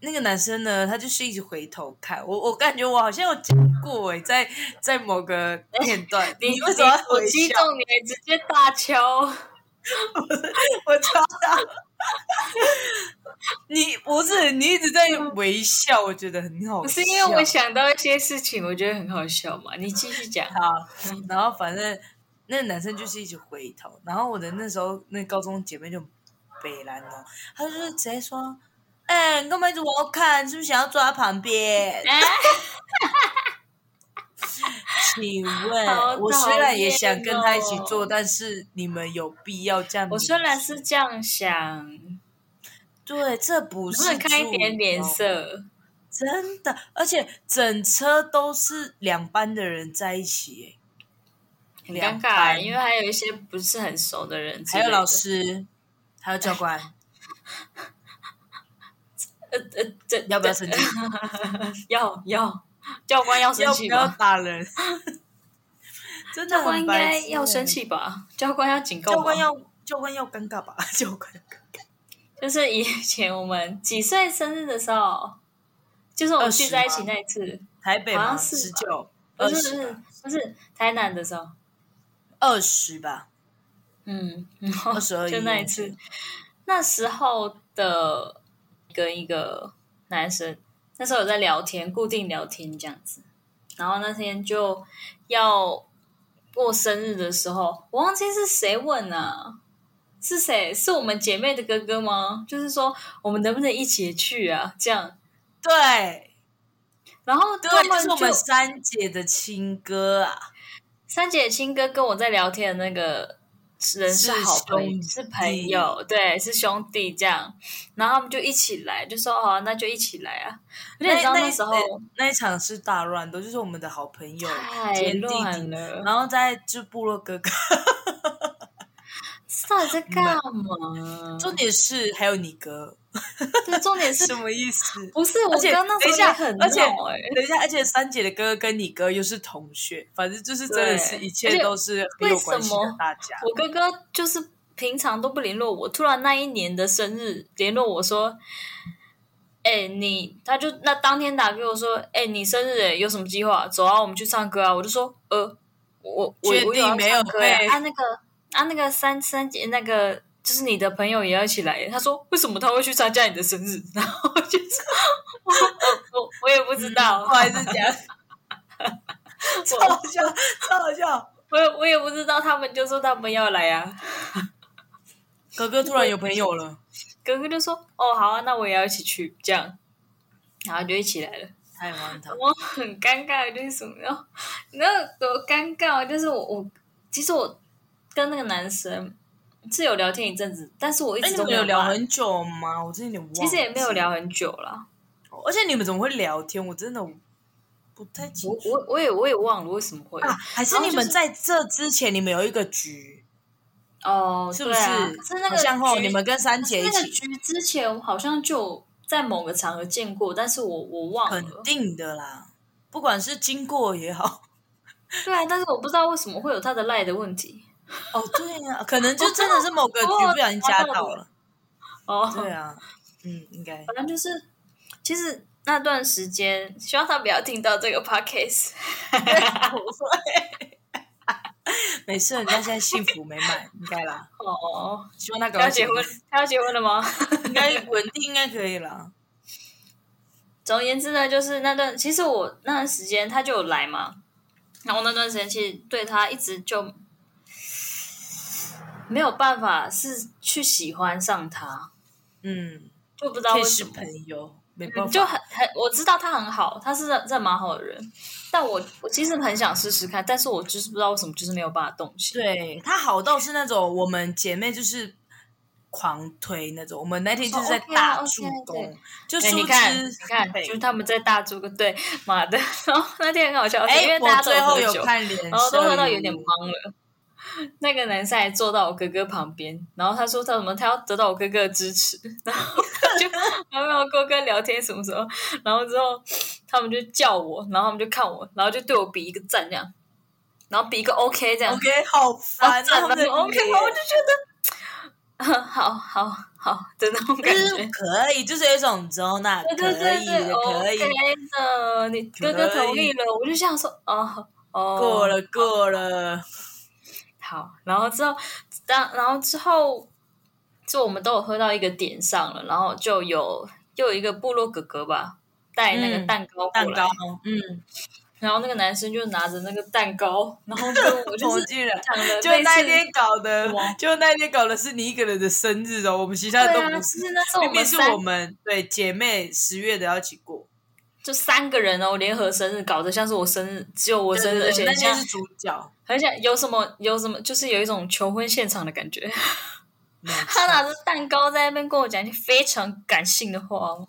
Speaker 2: 那个男生呢，他就是一直回头看我，我感觉我好像有讲过诶、在在某个片段，
Speaker 1: 你
Speaker 2: 为什么要
Speaker 1: 我
Speaker 2: 回
Speaker 1: 激
Speaker 2: 笑？
Speaker 1: 动，你还直接大敲。
Speaker 2: 我超大，你不是你一直在微笑，我觉得很好笑。
Speaker 1: 不是因为我想到一些事情，我觉得很好笑嘛。你继续讲。
Speaker 2: 好， 然后反正那个男生就是一直回头，然后我的那时候那高中姐妹就北兰哦，她就是直接说：“哎、你干嘛一直往后看？是不是想要坐在旁边
Speaker 1: 哎，？”
Speaker 2: 请问
Speaker 1: 好，
Speaker 2: 我虽然也想跟他一起
Speaker 1: 讨厌
Speaker 2: 坐，
Speaker 1: 哦
Speaker 2: 但是你们有必要这样？
Speaker 1: 我虽然是这样想，
Speaker 2: 对，这不
Speaker 1: 能
Speaker 2: 是
Speaker 1: 不能看一
Speaker 2: 助
Speaker 1: 点脸
Speaker 2: 哦
Speaker 1: 色？
Speaker 2: 真的，而且整车都是两班的人在一起耶，
Speaker 1: 很
Speaker 2: 两
Speaker 1: 尴尬，
Speaker 2: 班
Speaker 1: 因为还有一些不是很熟的人之
Speaker 2: 还
Speaker 1: 类的，
Speaker 2: 有老师，还有教官，
Speaker 1: 呃呃，这
Speaker 2: 要不要生气？
Speaker 1: 要要，教官要生
Speaker 2: 要不
Speaker 1: 气
Speaker 2: 要
Speaker 1: 吧？
Speaker 2: 打人？ 真的
Speaker 1: 教官
Speaker 2: 很
Speaker 1: 应
Speaker 2: 白
Speaker 1: 该
Speaker 2: 痴
Speaker 1: 要
Speaker 2: 耶
Speaker 1: 生，气吧？教官要警告吧
Speaker 2: 教官要教官要尴尬吧？ 教官
Speaker 1: 就是以前我们几岁生日的时候，就是我们聚
Speaker 2: 20
Speaker 1: 在一起
Speaker 2: 吗
Speaker 1: 那一次，
Speaker 2: 台北
Speaker 1: 好
Speaker 2: 吗？
Speaker 1: 像是
Speaker 2: 十
Speaker 1: 吧
Speaker 2: 九、
Speaker 1: 不
Speaker 2: 二
Speaker 1: 是不
Speaker 2: 十
Speaker 1: 是
Speaker 2: 吧、
Speaker 1: 不是台南的时候，
Speaker 2: 二十吧？
Speaker 1: 嗯，然后
Speaker 2: 22
Speaker 1: 就那一
Speaker 2: 一
Speaker 1: 次
Speaker 2: 年，
Speaker 1: 那时候的跟一个男生，那时候有在聊天，固定聊天这样子，然后那天就要过生日的时候，我忘记是谁问了、是谁？是我们姐妹的哥哥吗？就是说，我们能不能一起去啊？这样，
Speaker 2: 对
Speaker 1: 然后
Speaker 2: 对
Speaker 1: 他，
Speaker 2: 就
Speaker 1: 们
Speaker 2: 是
Speaker 1: 就
Speaker 2: 我们三姐的亲哥啊，
Speaker 1: 三姐亲哥跟我在聊天的那个人是
Speaker 2: 是
Speaker 1: 好朋
Speaker 2: 兄
Speaker 1: 友，
Speaker 2: 弟
Speaker 1: 是朋友，对，是兄弟这样。然后他们就一起来，就说哦、那就一起来啊。而且你知道
Speaker 2: 那
Speaker 1: 那时候
Speaker 2: 那一场是大乱斗，就是我们的好朋友
Speaker 1: 太
Speaker 2: 兼弟弟
Speaker 1: 乱，了，
Speaker 2: 然后再就部落哥哥。
Speaker 1: 到底在干嘛？
Speaker 2: 重点是还有你 哥，
Speaker 1: 对，重点是
Speaker 2: 什么意思？
Speaker 1: 不是我
Speaker 2: 而且
Speaker 1: 哥那时候也很闹
Speaker 2: 等一下
Speaker 1: 哎、欸
Speaker 2: 等一下，而且三姐的哥哥跟你哥又是同学，反正就是真的是
Speaker 1: 对
Speaker 2: 一切都是很有关系
Speaker 1: 为什
Speaker 2: 的
Speaker 1: 么
Speaker 2: 大家。
Speaker 1: 我哥哥就是平常都不联络我，突然那一年的生日联络我说：“哎、你他就那当天打给我说，哎、你生日、哎，有什么计划？走啊，我们去唱歌啊！”我就说：“呃，我我
Speaker 2: 确定
Speaker 1: 我有
Speaker 2: 没有
Speaker 1: 唱歌呀
Speaker 2: 被
Speaker 1: 啊那个啊那个三三姐那个。”就是你的朋友也要一起来，欸他说为什么他会去参加你的生日？然后我就说，我我我我也不知道，
Speaker 2: 嗯不好意思 讲，超好笑，超好笑。
Speaker 1: 我也我也不知道，他们就说他们要来啊。
Speaker 2: 哥哥突然有朋友了，
Speaker 1: 哥哥就说：“哦，好啊，那我也要一起去。”这样，然后就一起来哎了。
Speaker 2: 太荒唐。
Speaker 1: 我很尴尬，就是什么？然后你知道有多尴尬？就是我我其实我跟那个男生是有聊天一阵子，但是我一
Speaker 2: 哎，
Speaker 1: 直
Speaker 2: 你
Speaker 1: 都
Speaker 2: 们
Speaker 1: 没
Speaker 2: 有聊
Speaker 1: 办法，
Speaker 2: 很久吗？我真的有点忘
Speaker 1: 其
Speaker 2: 了。
Speaker 1: 实也没有聊很久啦。
Speaker 2: 而且你们怎么会聊天？我真的不太清
Speaker 1: 我
Speaker 2: 楚
Speaker 1: 我我也我也忘了为什么会、
Speaker 2: 啊。还是你们在这之前，你们有一个局，
Speaker 1: 哦，
Speaker 2: 是不
Speaker 1: 对
Speaker 2: 是？
Speaker 1: 啊、是那
Speaker 2: 好
Speaker 1: 个
Speaker 2: 像哦，
Speaker 1: 局
Speaker 2: 你们跟三
Speaker 1: 可是
Speaker 2: 姐一
Speaker 1: 那个
Speaker 2: 起，
Speaker 1: 局之前，我好像就在某个场合见过，但是我我忘
Speaker 2: 肯
Speaker 1: 了。
Speaker 2: 定的啦。不管是经过也好，
Speaker 1: 对啊，但是我不知道为什么会有他的赖的问题。
Speaker 2: 哦，对呀、可能就真的是某个局
Speaker 1: 哦
Speaker 2: 不小心加到了。
Speaker 1: 哦，
Speaker 2: 对啊，嗯，应该
Speaker 1: 反正就是，其实那段时间，希望他不要听到这个 podcast。啊
Speaker 2: 没事。人家现在幸福美满，应该啦。
Speaker 1: 哦，
Speaker 2: 希望他赶
Speaker 1: 他
Speaker 2: 快
Speaker 1: 要结婚，他要结婚了吗？
Speaker 2: 应该稳定，应该可以啦。
Speaker 1: 总而言之呢，就是那段，其实我那段时间他就有来嘛，然后那段时间其实对他一直就没有办法是去喜欢上他，
Speaker 2: 嗯，
Speaker 1: 就不知道
Speaker 2: 可
Speaker 1: 为
Speaker 2: 以
Speaker 1: 什
Speaker 2: 是
Speaker 1: 么。嗯
Speaker 2: 朋友，没办法。
Speaker 1: 就很很，我知道他很好，他是这蛮好的人，但我我其实很想试试看，但是我就是不知道为什么，就是没有办法动心。
Speaker 2: 对他好到是那种我们姐妹就是狂推那种，我们那天就是在
Speaker 1: 哦，OK 啊
Speaker 2: 大
Speaker 1: ，OK 啊
Speaker 2: 助攻，
Speaker 1: 对
Speaker 2: 就
Speaker 1: 哎
Speaker 2: 殊
Speaker 1: 你
Speaker 2: 不
Speaker 1: 看，
Speaker 2: 知
Speaker 1: 你看，
Speaker 2: 北
Speaker 1: 就是他们在大猪个对，妈的！然后那天很好笑，因
Speaker 2: 哎，
Speaker 1: 为大
Speaker 2: 我
Speaker 1: 家都
Speaker 2: 最后
Speaker 1: 喝
Speaker 2: 有
Speaker 1: 酒，
Speaker 2: 看脸，
Speaker 1: 然后都喝到有点懵了。 那个男生还坐到我哥哥旁边，然后他说他什么，他要得到我哥哥的支持，然后他 就然后我哥哥聊天什么什么，然后之后他们就叫我，然后他们就看我，然后就对我比一个赞这样，然后比一个 OK 这样
Speaker 2: OK，好烦
Speaker 1: 然
Speaker 2: 啊
Speaker 1: 后！赞然后 OK，
Speaker 2: 脸
Speaker 1: 然后我就觉得， 好好好的那种感
Speaker 2: 就是
Speaker 1: 觉。
Speaker 2: 嗯可以，就是有一种周娜 可
Speaker 1: 对对对
Speaker 2: 以
Speaker 1: 对
Speaker 2: 的，可以
Speaker 1: OK 的，你哥哥同意了，我就想说，哦哦，
Speaker 2: 过了过了，
Speaker 1: 好，然后之后，当然后之后，就我们都有喝到一个点上了，然后就有又有一个部落哥哥吧，带那个
Speaker 2: 嗯
Speaker 1: 蛋糕过来，
Speaker 2: 蛋糕，嗯，
Speaker 1: 然后那个男生就拿着那个蛋糕，然后就我就
Speaker 2: 我
Speaker 1: 是
Speaker 2: 记了。
Speaker 1: 讲的
Speaker 2: 就
Speaker 1: 类
Speaker 2: 那
Speaker 1: 似
Speaker 2: 一天搞的
Speaker 1: 什么，
Speaker 2: 就那一天搞的是你一个人的生日哦，我们其他的
Speaker 1: 对
Speaker 2: 都
Speaker 1: 啊，
Speaker 2: 不
Speaker 1: 其
Speaker 2: 是。
Speaker 1: 实那时候我
Speaker 2: 明
Speaker 1: 们
Speaker 2: 明是
Speaker 1: 三
Speaker 2: 我们对姐妹十月的要一起过，
Speaker 1: 就三个人哦，联合生日搞得像是我生日，只有我生日，而且
Speaker 2: 那
Speaker 1: 很像
Speaker 2: 天是主角，
Speaker 1: 而且有什么有什么，就是有一种求婚现场的感觉。
Speaker 2: 没错
Speaker 1: 他拿着蛋糕在那边跟我讲一些非常感性的话哦，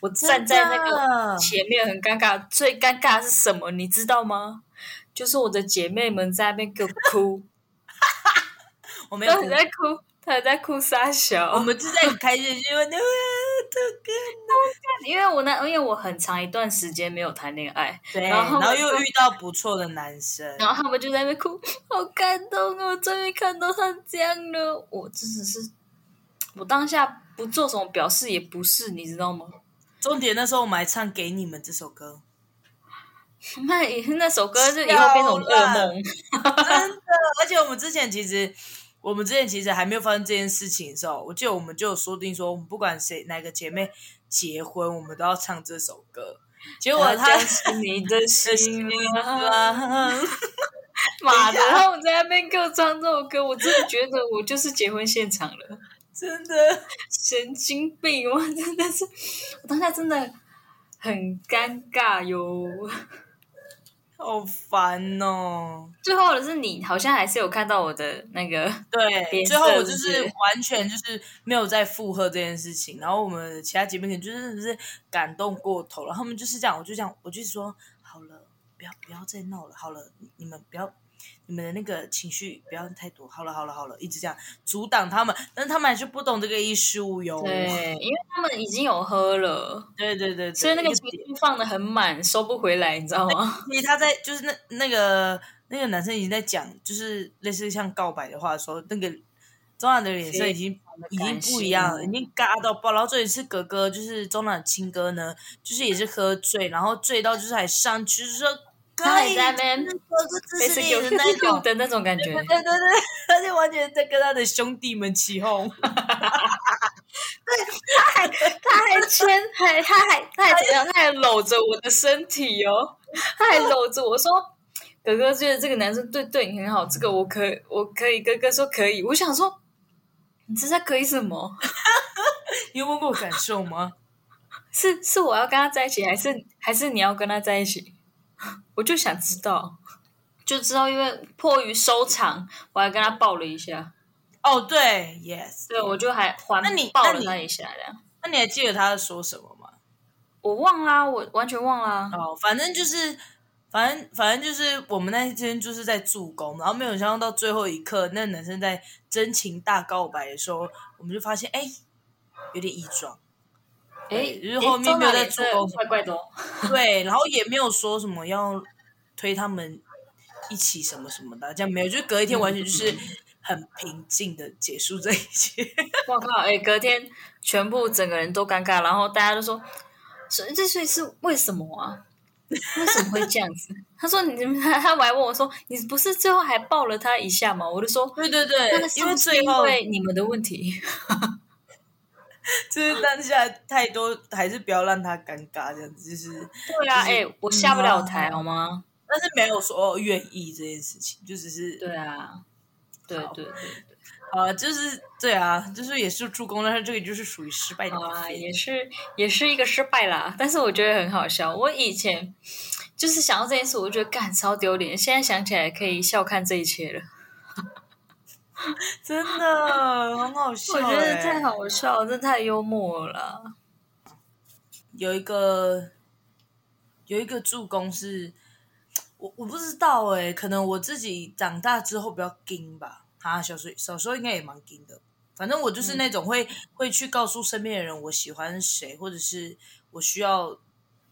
Speaker 1: 我站在那个
Speaker 2: 个
Speaker 1: 前面很尴尬，最尴尬的是什么？你知道吗？就是我的姐妹们在那边给我哭，
Speaker 2: 我 没有
Speaker 1: 她
Speaker 2: 哭
Speaker 1: 很，在哭，她很在哭撒
Speaker 2: 我
Speaker 1: 小。
Speaker 2: 们就在很开心，因为那 个
Speaker 1: 因为我那，因为我很长一段时间没有谈恋爱，
Speaker 2: 对，
Speaker 1: 然
Speaker 2: 然
Speaker 1: 后
Speaker 2: 后又遇到不错的男生，
Speaker 1: 然后他们就在那边哭，好感动哦！我终于看到他这样了，我真的是，我当下不做什么表示也不是，你知道吗？
Speaker 2: 重点那时候我们还唱《给你们》这首歌，
Speaker 1: 那也那首歌就以后变成我的噩梦，
Speaker 2: 真的，而且我们之前其实。我们之前其实还没有发生这件事情的时候，我记得我们就有说定说，我们不管谁哪个姐妹结婚，我们都要唱这首歌。 结果她
Speaker 1: 他 是你的啊 心啊！
Speaker 2: 啊，
Speaker 1: 妈的，他们在那边给我唱这首歌，我真的觉得我就是结婚现场了，
Speaker 2: 真的，
Speaker 1: 神经病！我真的是，我当下真的很尴尬哟。
Speaker 2: 好烦哦。
Speaker 1: 最后的是你，好像还是有看到我的那个
Speaker 2: 对，
Speaker 1: 变
Speaker 2: 最后我
Speaker 1: 色
Speaker 2: 就是是
Speaker 1: 不是
Speaker 2: 完全就是没有在附和这件事情，然后我们其他姐妹可能就是是感动过头了，他们就是这样，我就这样，我就说好了，不要不要再闹了，好了，你你们不要你们的那个情绪不要太多，好了好了好了，一直这样阻挡他们，但是他们还是不懂这个艺术哟，
Speaker 1: 对， 因为他们已经有喝了，
Speaker 2: 对对对，
Speaker 1: 所以那个
Speaker 2: 一
Speaker 1: 情
Speaker 2: 点
Speaker 1: 绪放的很满，收不回来，你知道吗？
Speaker 2: 其实他在就是那那个那个男生已经在讲，就是类似像告白的话的时候，那个中南的脸色已经已经不一样了，已经尬到爆。然后这一次哥哥就是中南的亲哥呢，就是也是喝醉，然后醉到就是还上去就是说，
Speaker 1: 他
Speaker 2: 可
Speaker 1: 还
Speaker 2: 以
Speaker 1: 在那边
Speaker 2: 哥哥支
Speaker 1: 类
Speaker 2: 持
Speaker 1: 似
Speaker 2: 你
Speaker 1: 有，
Speaker 2: 的那种
Speaker 1: 的那种感觉，
Speaker 2: 对对 对，他就完全在跟他的兄弟们起哄，
Speaker 1: 他还牵，还他还他还怎样？他还搂着我的身体哦，他还搂着我说：“哥哥觉得这个男生对对你很好，这个我可我可以。”哥哥说可以，我想说你这在可以什么？
Speaker 2: 你有问过我感受吗？
Speaker 1: 是是我要跟他在一起，还是还是你要跟他在一起？ 我就想知道，就知道，因为迫于收场，我还跟他抱了一下，
Speaker 2: 哦，对，yes，
Speaker 1: 对我就还还
Speaker 2: 那你
Speaker 1: 抱
Speaker 2: 那
Speaker 1: 了
Speaker 2: 你
Speaker 1: 他一下，这样
Speaker 2: 那你还记得他说什么吗？
Speaker 1: 我忘啦、我完全忘啦、
Speaker 2: 哦，反正就是，反正反正就是我们那一天就是在助攻，然后没有想到到最后一刻，那男生在真情大告白的时候，我们就发现哎、有点异状，
Speaker 1: 哎、
Speaker 2: 对就是
Speaker 1: 诶
Speaker 2: 后面
Speaker 1: 周
Speaker 2: 没有
Speaker 1: 娜
Speaker 2: 在
Speaker 1: 也
Speaker 2: 主
Speaker 1: 是
Speaker 2: 动
Speaker 1: 怪怪的、哦。
Speaker 2: 对，然后也没有说什么要推他们一起什么什么的，这样没有，就是隔一天完全就是很平静的结束这一切。
Speaker 1: 我靠！哎、隔天全部整个人都尴尬，然后大家都说，所以这所以是为什么啊？为什么会这样子？ 他说你们他他还问我说你不是最后还抱了他一下吗？我就说
Speaker 2: 对对
Speaker 1: 那
Speaker 2: 对，
Speaker 1: 是
Speaker 2: 因
Speaker 1: 不
Speaker 2: 为
Speaker 1: 是
Speaker 2: 最
Speaker 1: 因
Speaker 2: 后
Speaker 1: 为你们的问题，
Speaker 2: 就是当下太多，还是不要让他尴尬，这样子就是。
Speaker 1: 对啊，
Speaker 2: 就
Speaker 1: 哎、
Speaker 2: 是
Speaker 1: 我下不了台好吗？
Speaker 2: 但是没有说哦愿意这件事情，就只是
Speaker 1: 对啊，对对对
Speaker 2: 啊、就是对啊，就是也是助攻，但是这个就是属于失败的
Speaker 1: 对，
Speaker 2: 部
Speaker 1: 好啊，
Speaker 2: 分。
Speaker 1: 也是也是一个失败啦，但是我觉得很好笑。我以前就是想到这件事，我就觉得干超丢脸，现在想起来可以笑看这一切了。
Speaker 2: 真的很好笑、
Speaker 1: 我
Speaker 2: 欸。
Speaker 1: 觉得太好笑了，这太幽默了啦。
Speaker 2: 有一个有一个助攻是，我我不知道哎、可能我自己长大之后比较硬吧。啊，小时候小时候应该也蛮硬的，反正我
Speaker 1: 嗯
Speaker 2: 就是那种会、会去告诉身边的人我喜欢谁，或者是我需要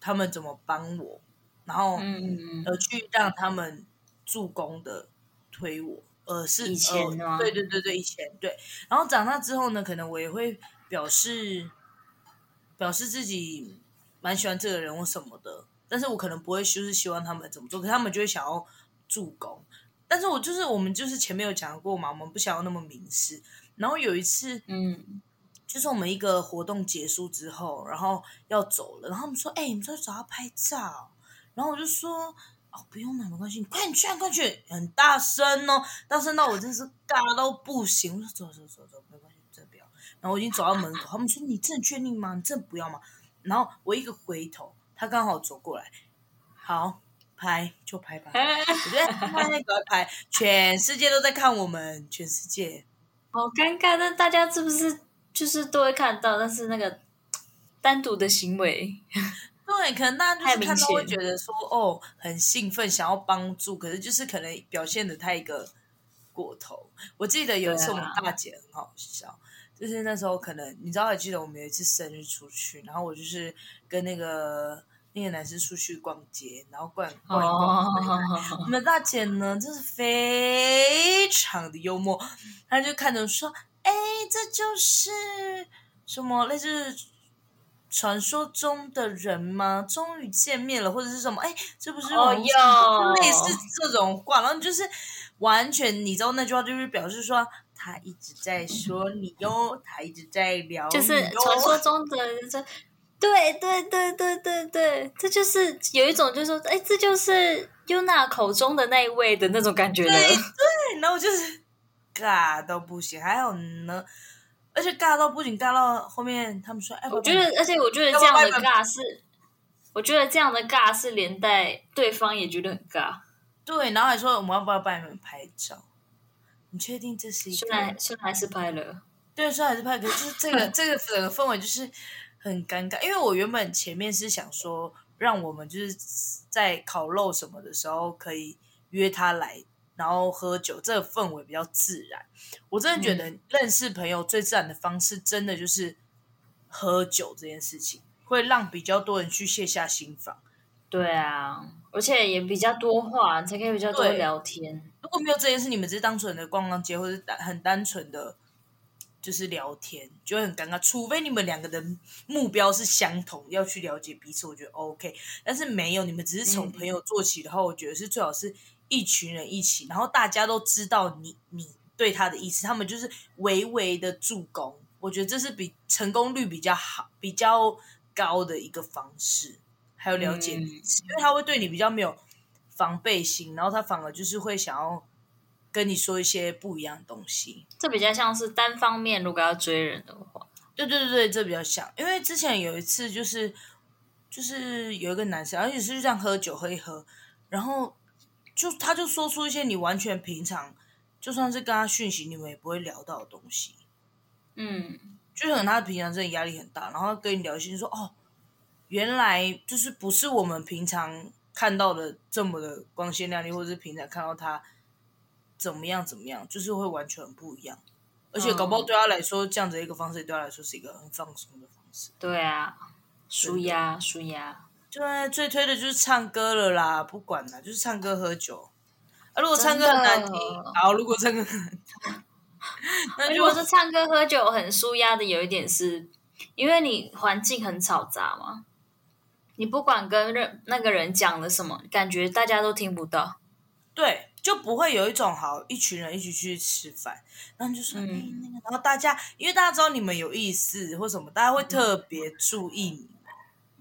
Speaker 2: 他们怎么帮我，然后
Speaker 1: 嗯嗯嗯，
Speaker 2: 而去让他们助攻的推我，呃，是
Speaker 1: 以前
Speaker 2: 呃
Speaker 1: 吗
Speaker 2: 对对对对，以前对。然后长大之后呢，可能我也会表示表示自己蛮喜欢这个人或什么的，但是我可能不会就是希望他们怎么做，可是他们就会想要助攻。但但是我就是我们就是前面有讲过嘛，我们不想要那么明示。然后有一次，
Speaker 1: 嗯，
Speaker 2: 就是我们一个活动结束之后，然后要走了，然后我们说：“哎、你们再找他拍照。”然后我就说：“哦，不用了，没关系，你快点去啊，快点去！”很大声哦，大声到我真是尬到不行。我说：“走走走走，没关系，真的不要。”然后我已经走到门口，他们说：“你真的确定吗？你真的不要吗？”然后我一个回头，他刚好走过来，好拍就拍吧。
Speaker 1: 嗯
Speaker 2: 我觉得他那个拍，全世界都在看我们，全世界。
Speaker 1: 好尴尬。但大家是不是就是都会看到？但是那个单独的行为，
Speaker 2: 对，可能大家
Speaker 1: 太
Speaker 2: 就是
Speaker 1: 明
Speaker 2: 看到
Speaker 1: 显
Speaker 2: 会觉得说，哦，很兴奋，想要帮助，可是就是可能表现的太一个过头。我记得有一次我
Speaker 1: 对啊
Speaker 2: 们大姐很好笑，就是那时候可能你知道，还记得我们有一次生日出去，然后我就是跟那个那个男生出去逛街，然后逛
Speaker 1: 哦
Speaker 2: 逛一逛回来 我们的大姐呢，真是非常的幽默，她就看着说：“哎，这就是什么类似传说中的人吗？终于见面了，或者是什么？哎，这不是
Speaker 1: 哦
Speaker 2: 网络上
Speaker 1: 哟
Speaker 2: 类似这种话，然后就是完全你知道那句话就是表示说他一直在说你哟，他一直在聊你
Speaker 1: 就
Speaker 2: 哟，
Speaker 1: 是传说中的这，对对对对对对，这就是有一种就是说，哎，这就是 Yuna 口中的那一位的那种感觉了。
Speaker 2: 对对，然后就是尬到不行，还有呢，而且尬到不行，尬到后面他们说，哎，
Speaker 1: 我觉得，而且我觉得
Speaker 2: 要
Speaker 1: 这
Speaker 2: 不要
Speaker 1: 样的
Speaker 2: 慢
Speaker 1: 尬是，我觉得这样的尬是连带对方也觉得很尬。
Speaker 2: 对，然后还说我们要不要帮你们拍照？你确定这是一
Speaker 1: 虽
Speaker 2: 个？
Speaker 1: 然虽然还是啊拍了，
Speaker 2: 对，虽然还是拍，可是就是这个这个整个氛围就是很尴尬，因为我原本前面是想说，让我们就是在烤肉什么的时候可以约他来，然后喝酒，这个氛围比较自然。我真的觉得认识朋友最自然的方式，真的就是喝酒这件事情，会让比较多人去卸下心防。
Speaker 1: 对啊，而且也比较多话，才可以比较多
Speaker 2: 对
Speaker 1: 聊天。
Speaker 2: 如果没有这件事，你们只是单纯的逛逛街，或者是单很单纯的，就是聊天，就会很尴尬。除非你们两个人目标是相同，要去了解彼此，我觉得 OK。但是没有，你们只是从
Speaker 1: 嗯
Speaker 2: 朋友做起的话，我觉得是最好是一群人一起，然后大家都知道你你对他的意思，他们就是微微的助攻。我觉得这是比成功率比较好、比较高的一个方式，还有了解
Speaker 1: 嗯
Speaker 2: 彼此，因为他会对你比较没有防备心，然后他反而就是会想要跟你说一些不一样的东西。
Speaker 1: 这比较像是单方面，如果要追人的话，
Speaker 2: 对对对对，这比较像，因为之前有一次就是就是有一个男生，而且是这样喝酒喝一喝，然后就他就说出一些你完全平常就算是跟他讯息，你们也不会聊到的东西。
Speaker 1: 嗯，
Speaker 2: 就是可能他平常真的压力很大，然后跟你聊一些说哦，原来就是不是我们平常看到的这么的光鲜亮丽，或者是平常看到他怎么样怎么样，就是会完全不一样。而且搞不好
Speaker 1: 嗯
Speaker 2: 对他来说，这样子的一个方式对他来说是一个很放松的方式。
Speaker 1: 对啊，舒压舒压。
Speaker 2: 对，最推的就是唱歌了啦，不管啦，就是唱歌喝酒。啊，如果
Speaker 1: 真
Speaker 2: 唱歌很难听
Speaker 1: 的，
Speaker 2: 好，如果唱歌很难听， 那
Speaker 1: 哎如果
Speaker 2: 就是
Speaker 1: 唱歌喝酒很舒压的，有一点是因为你环境很嘈杂嘛，你不管跟任那个人讲了什么，感觉大家都听不到。
Speaker 2: 对，就不会有一种好一群人一起去吃饭，然后就说哎、
Speaker 1: 嗯
Speaker 2: 那个，然后大家因为大家知道你们有意思或什么，大家会特别注意你。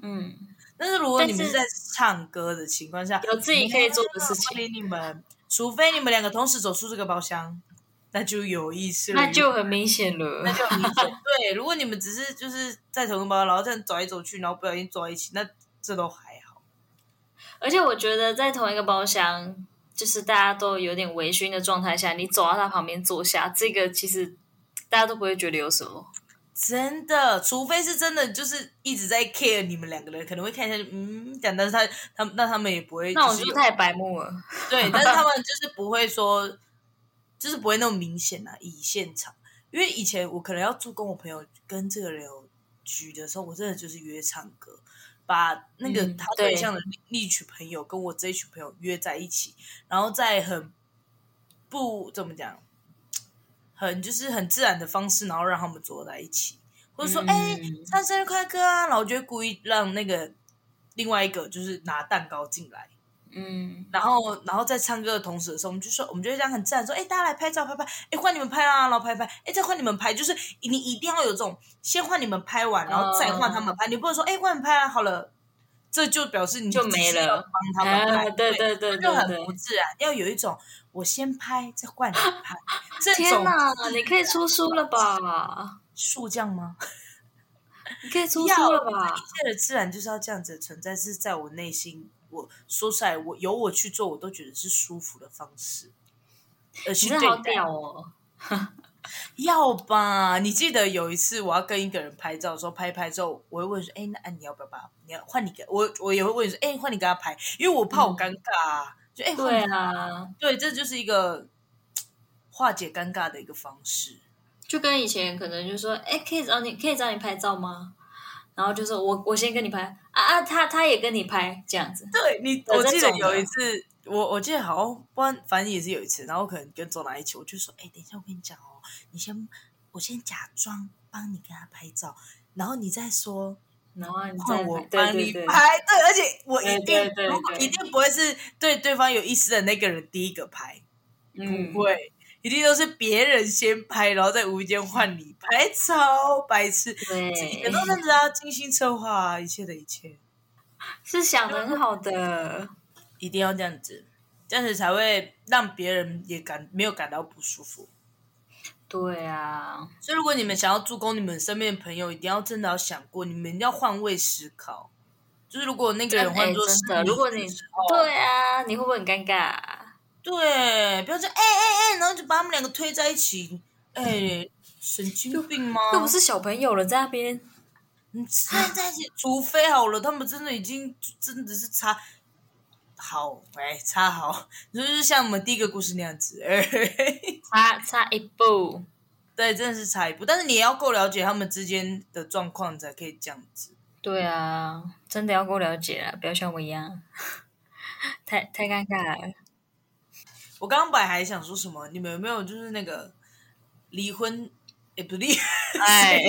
Speaker 1: 嗯，
Speaker 2: 但是如果
Speaker 1: 但
Speaker 2: 你们
Speaker 1: 是
Speaker 2: 是在唱歌的情况下，
Speaker 1: 有自己可以做的事情
Speaker 2: 没有人会理你们，除非你们两个同时走出这个包厢，那就有意思了。
Speaker 1: 那就很明显了
Speaker 2: 那。就很明显对，如果你们只是就是在同一个包厢，然后这样走来走去，然后不小心走在一起，那这都还好。
Speaker 1: 而且我觉得在同一个包厢，就是大家都有点微醺的状态下，你走到他旁边坐下，这个其实大家都不会觉得有什么。
Speaker 2: 真的，除非是真的，就是一直在 care 你们两个人，可能会看一下，嗯，讲，但是他他们，那他们也不会，
Speaker 1: 那我
Speaker 2: 是
Speaker 1: 觉得
Speaker 2: 有
Speaker 1: 太白目了。
Speaker 2: 对，但是他们就是不会说，就是不会那么明显啊，以现场，因为以前我可能要住跟我朋友跟这个人有局的时候，我真的就是约唱歌，把那个
Speaker 1: 嗯
Speaker 2: 他
Speaker 1: 对
Speaker 2: 对象的另一群朋友跟我这一群朋友约在一起，然后再很不怎么讲，很就是很自然的方式，然后让他们坐在一起，或者说
Speaker 1: 嗯
Speaker 2: 哎、唱生日快歌啊，然后就会故意让那个另外一个就是拿蛋糕进来。
Speaker 1: 嗯，
Speaker 2: 然后然后在唱歌的同时的时候，我们就说，我们就会这样很自然说，哎、大家来拍照拍拍，哎，换你们拍啦，然后拍拍，哎，再换你们拍，就是你一定要有这种，先换你们拍完，然后再换他
Speaker 1: 嗯
Speaker 2: 们拍，你不能说，哎，换你们拍啊，好了，这就表示你
Speaker 1: 就
Speaker 2: 只
Speaker 1: 没
Speaker 2: 是要
Speaker 1: 了
Speaker 2: 帮他们拍，
Speaker 1: 啊对对对对
Speaker 2: 就很
Speaker 1: 对
Speaker 2: 不自然，要有一种我先拍，再换你拍，这
Speaker 1: 天
Speaker 2: 种
Speaker 1: 哪，你可以出书了吧？
Speaker 2: 树匠吗？
Speaker 1: 你可以出
Speaker 2: 要
Speaker 1: 书了吧？
Speaker 2: 一切的自然就是要这样子的存在，是在我内心，我说出来，我由我去做，我都觉得是舒服的方式。呃，
Speaker 1: 你
Speaker 2: 去
Speaker 1: 真
Speaker 2: 对
Speaker 1: 的好
Speaker 2: 待
Speaker 1: 屌哦！
Speaker 2: 要吧？你记得有一次我要跟一个人拍照的时候，拍一拍之后，我会问说：“哎、那啊你要不要把你要换你给我？”我也会问说：“哎、换你跟他拍，因为我怕我尴尬、啊。就哎，换
Speaker 1: 对
Speaker 2: 你
Speaker 1: 啊，
Speaker 2: 对，这就是一个嘖化解尴尬的一个方式。
Speaker 1: 就跟以前可能就说，哎、可以找你，可以找你拍照吗？然后就说我我先跟你拍啊啊，他他也跟你拍这样子，
Speaker 2: 对你，
Speaker 1: 对
Speaker 2: 我
Speaker 1: 这
Speaker 2: 记得
Speaker 1: 种
Speaker 2: 有
Speaker 1: 的
Speaker 2: 一次，我我记得好像不然，反正也是有一次，然后可能跟周娜一起，我就说，哎、等一下，我跟你讲哦，你先，我先假装帮你跟他拍照，然后你再说
Speaker 1: 然后你再
Speaker 2: 换我
Speaker 1: 对
Speaker 2: 帮你
Speaker 1: 对对，
Speaker 2: 拍，对，而且我一
Speaker 1: 对
Speaker 2: 定，
Speaker 1: 对对
Speaker 2: 如果
Speaker 1: 对
Speaker 2: 一定不会是对对方有意思的那个人第一个拍，
Speaker 1: 嗯，
Speaker 2: 不会。一定都是别人先拍，然后再无意间换你拍，超白痴。
Speaker 1: 对
Speaker 2: 很，多这样子啊，精心策划啊，一切的一切。
Speaker 1: 是想的很好 的，
Speaker 2: 一定要这样子，这样子才会让别人也感没有感到不舒服。
Speaker 1: 对啊，
Speaker 2: 所以，如果你们想要助攻你们身边的朋友，一定要真的要想过，你们要换位思考。就是如果那个人
Speaker 1: 真
Speaker 2: 换
Speaker 1: 哎
Speaker 2: 做是
Speaker 1: 真的，如果你
Speaker 2: 的时候
Speaker 1: 对啊，你会不会很尴尬？
Speaker 2: 对，不要说哎哎哎，然后就把他们两个推在一起，哎、神经病吗？
Speaker 1: 又不是小朋友了，在那边
Speaker 2: 你现在在一起，除非好了，他们真的已经真的是差好，哎、差好， 就是像我们第一个故事那样子，哎、
Speaker 1: 差差一步，
Speaker 2: 对，真的是差一步，但是你也要够了解他们之间的状况，才可以这样子。
Speaker 1: 对啊，真的要够了解啊了，不要像我一样，太太尴尬了。
Speaker 2: 我刚刚本来还想说什么，你们有没有就是那个离婚？也不是离，
Speaker 1: 哎，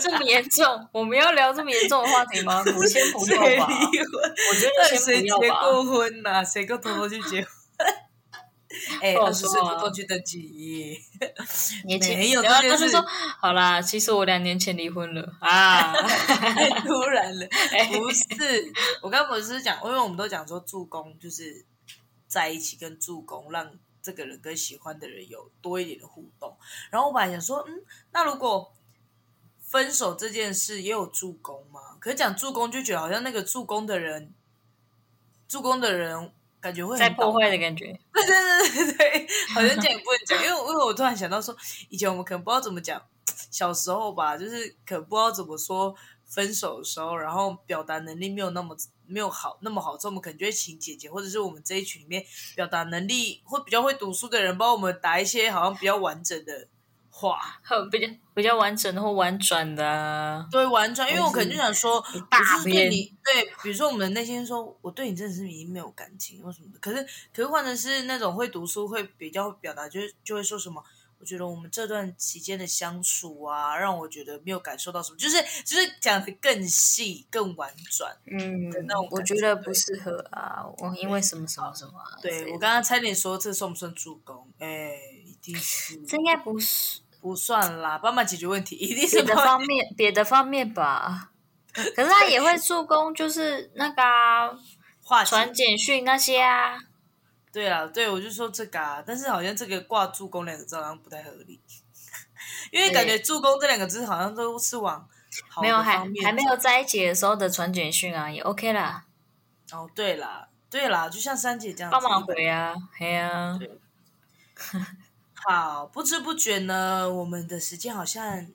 Speaker 1: 这么严重，我们要聊这么严重的话题吗？我先不
Speaker 2: 谁
Speaker 1: 要吧，
Speaker 2: 离婚？
Speaker 1: 我觉
Speaker 2: 到
Speaker 1: 得
Speaker 2: 底谁
Speaker 1: 先不
Speaker 2: 结
Speaker 1: 要 吧。
Speaker 2: 过婚呐、 谁跟偷偷去 结婚？哎、
Speaker 1: 不好
Speaker 2: 二十
Speaker 1: 说
Speaker 2: 岁
Speaker 1: 啊
Speaker 2: 偷偷去 登记，
Speaker 1: 年轻
Speaker 2: 没有
Speaker 1: 然后
Speaker 2: 这件
Speaker 1: 他就
Speaker 2: 事
Speaker 1: 说：“好啦，其实我两年前离婚了 啊。
Speaker 2: 太突然了。
Speaker 1: 哎
Speaker 2: 不是，我刚不是讲，因为我们都讲说助攻就是在一起跟助攻，让这个人跟喜欢的人有多一点的互动。然后我本来想说，嗯，那如果分手这件事也有助攻吗？可是讲助攻就觉得好像那个助攻的人，助攻的人感觉会”
Speaker 1: 在
Speaker 2: 很
Speaker 1: 破
Speaker 2: 倒
Speaker 1: 坏的感觉，
Speaker 2: 对对对对对，好像讲也不能讲，因为因为我突然想到说，以前我们可能不知道怎么讲，小时候吧，就是可能不知道怎么说分手的时候，然后表达能力没有那么没有好那么好，之后我们可能就会请姐姐或者是我们这一群里面表达能力会比较会读书的人帮我们打一些好像比较完整的话，
Speaker 1: 很比较比较完整或婉转的啊，
Speaker 2: 对婉转，因为我可能就想说，
Speaker 1: 一
Speaker 2: 我
Speaker 1: 大
Speaker 2: 就是对
Speaker 1: 片
Speaker 2: 你对，比如说我们的内心说，我对你真的是已经没有感情或什么的。可是，可是换成是那种会读书、会比较表达，就是就会说什么。我觉得我们这段期间的相处啊，让我觉得没有感受到什么，就是就是讲的更细、更婉转。
Speaker 1: 嗯
Speaker 2: 的那种，
Speaker 1: 我
Speaker 2: 感
Speaker 1: 觉
Speaker 2: 觉
Speaker 1: 得
Speaker 2: 对
Speaker 1: 不适合啊，我因为什么什么什么啊，之类
Speaker 2: 对我
Speaker 1: 的
Speaker 2: 刚刚差点说这算不算助攻？哎，一定是
Speaker 1: 这应该不是
Speaker 2: 不算啦，帮忙解决问题，一定
Speaker 1: 别
Speaker 2: 是
Speaker 1: 的
Speaker 2: 帮
Speaker 1: 方面，别的方面 吧。可是他也会助攻，就是那个啊、
Speaker 2: 化解
Speaker 1: 传简讯那些啊。
Speaker 2: 对啊，对我就说这个啊，但是好像这个挂助攻两个字好像不太合理，因为感觉助攻这两个字好像都是往好
Speaker 1: 没
Speaker 2: 的
Speaker 1: 有，还
Speaker 2: 方面
Speaker 1: 还没有在一起的时候的传简讯啊，也 OK 啦，
Speaker 2: 走。哦，对啦，对啦，就像三姐这样子
Speaker 1: 帮忙回啊，嘿啊，
Speaker 2: 对好，不知不觉呢，我们的时间好像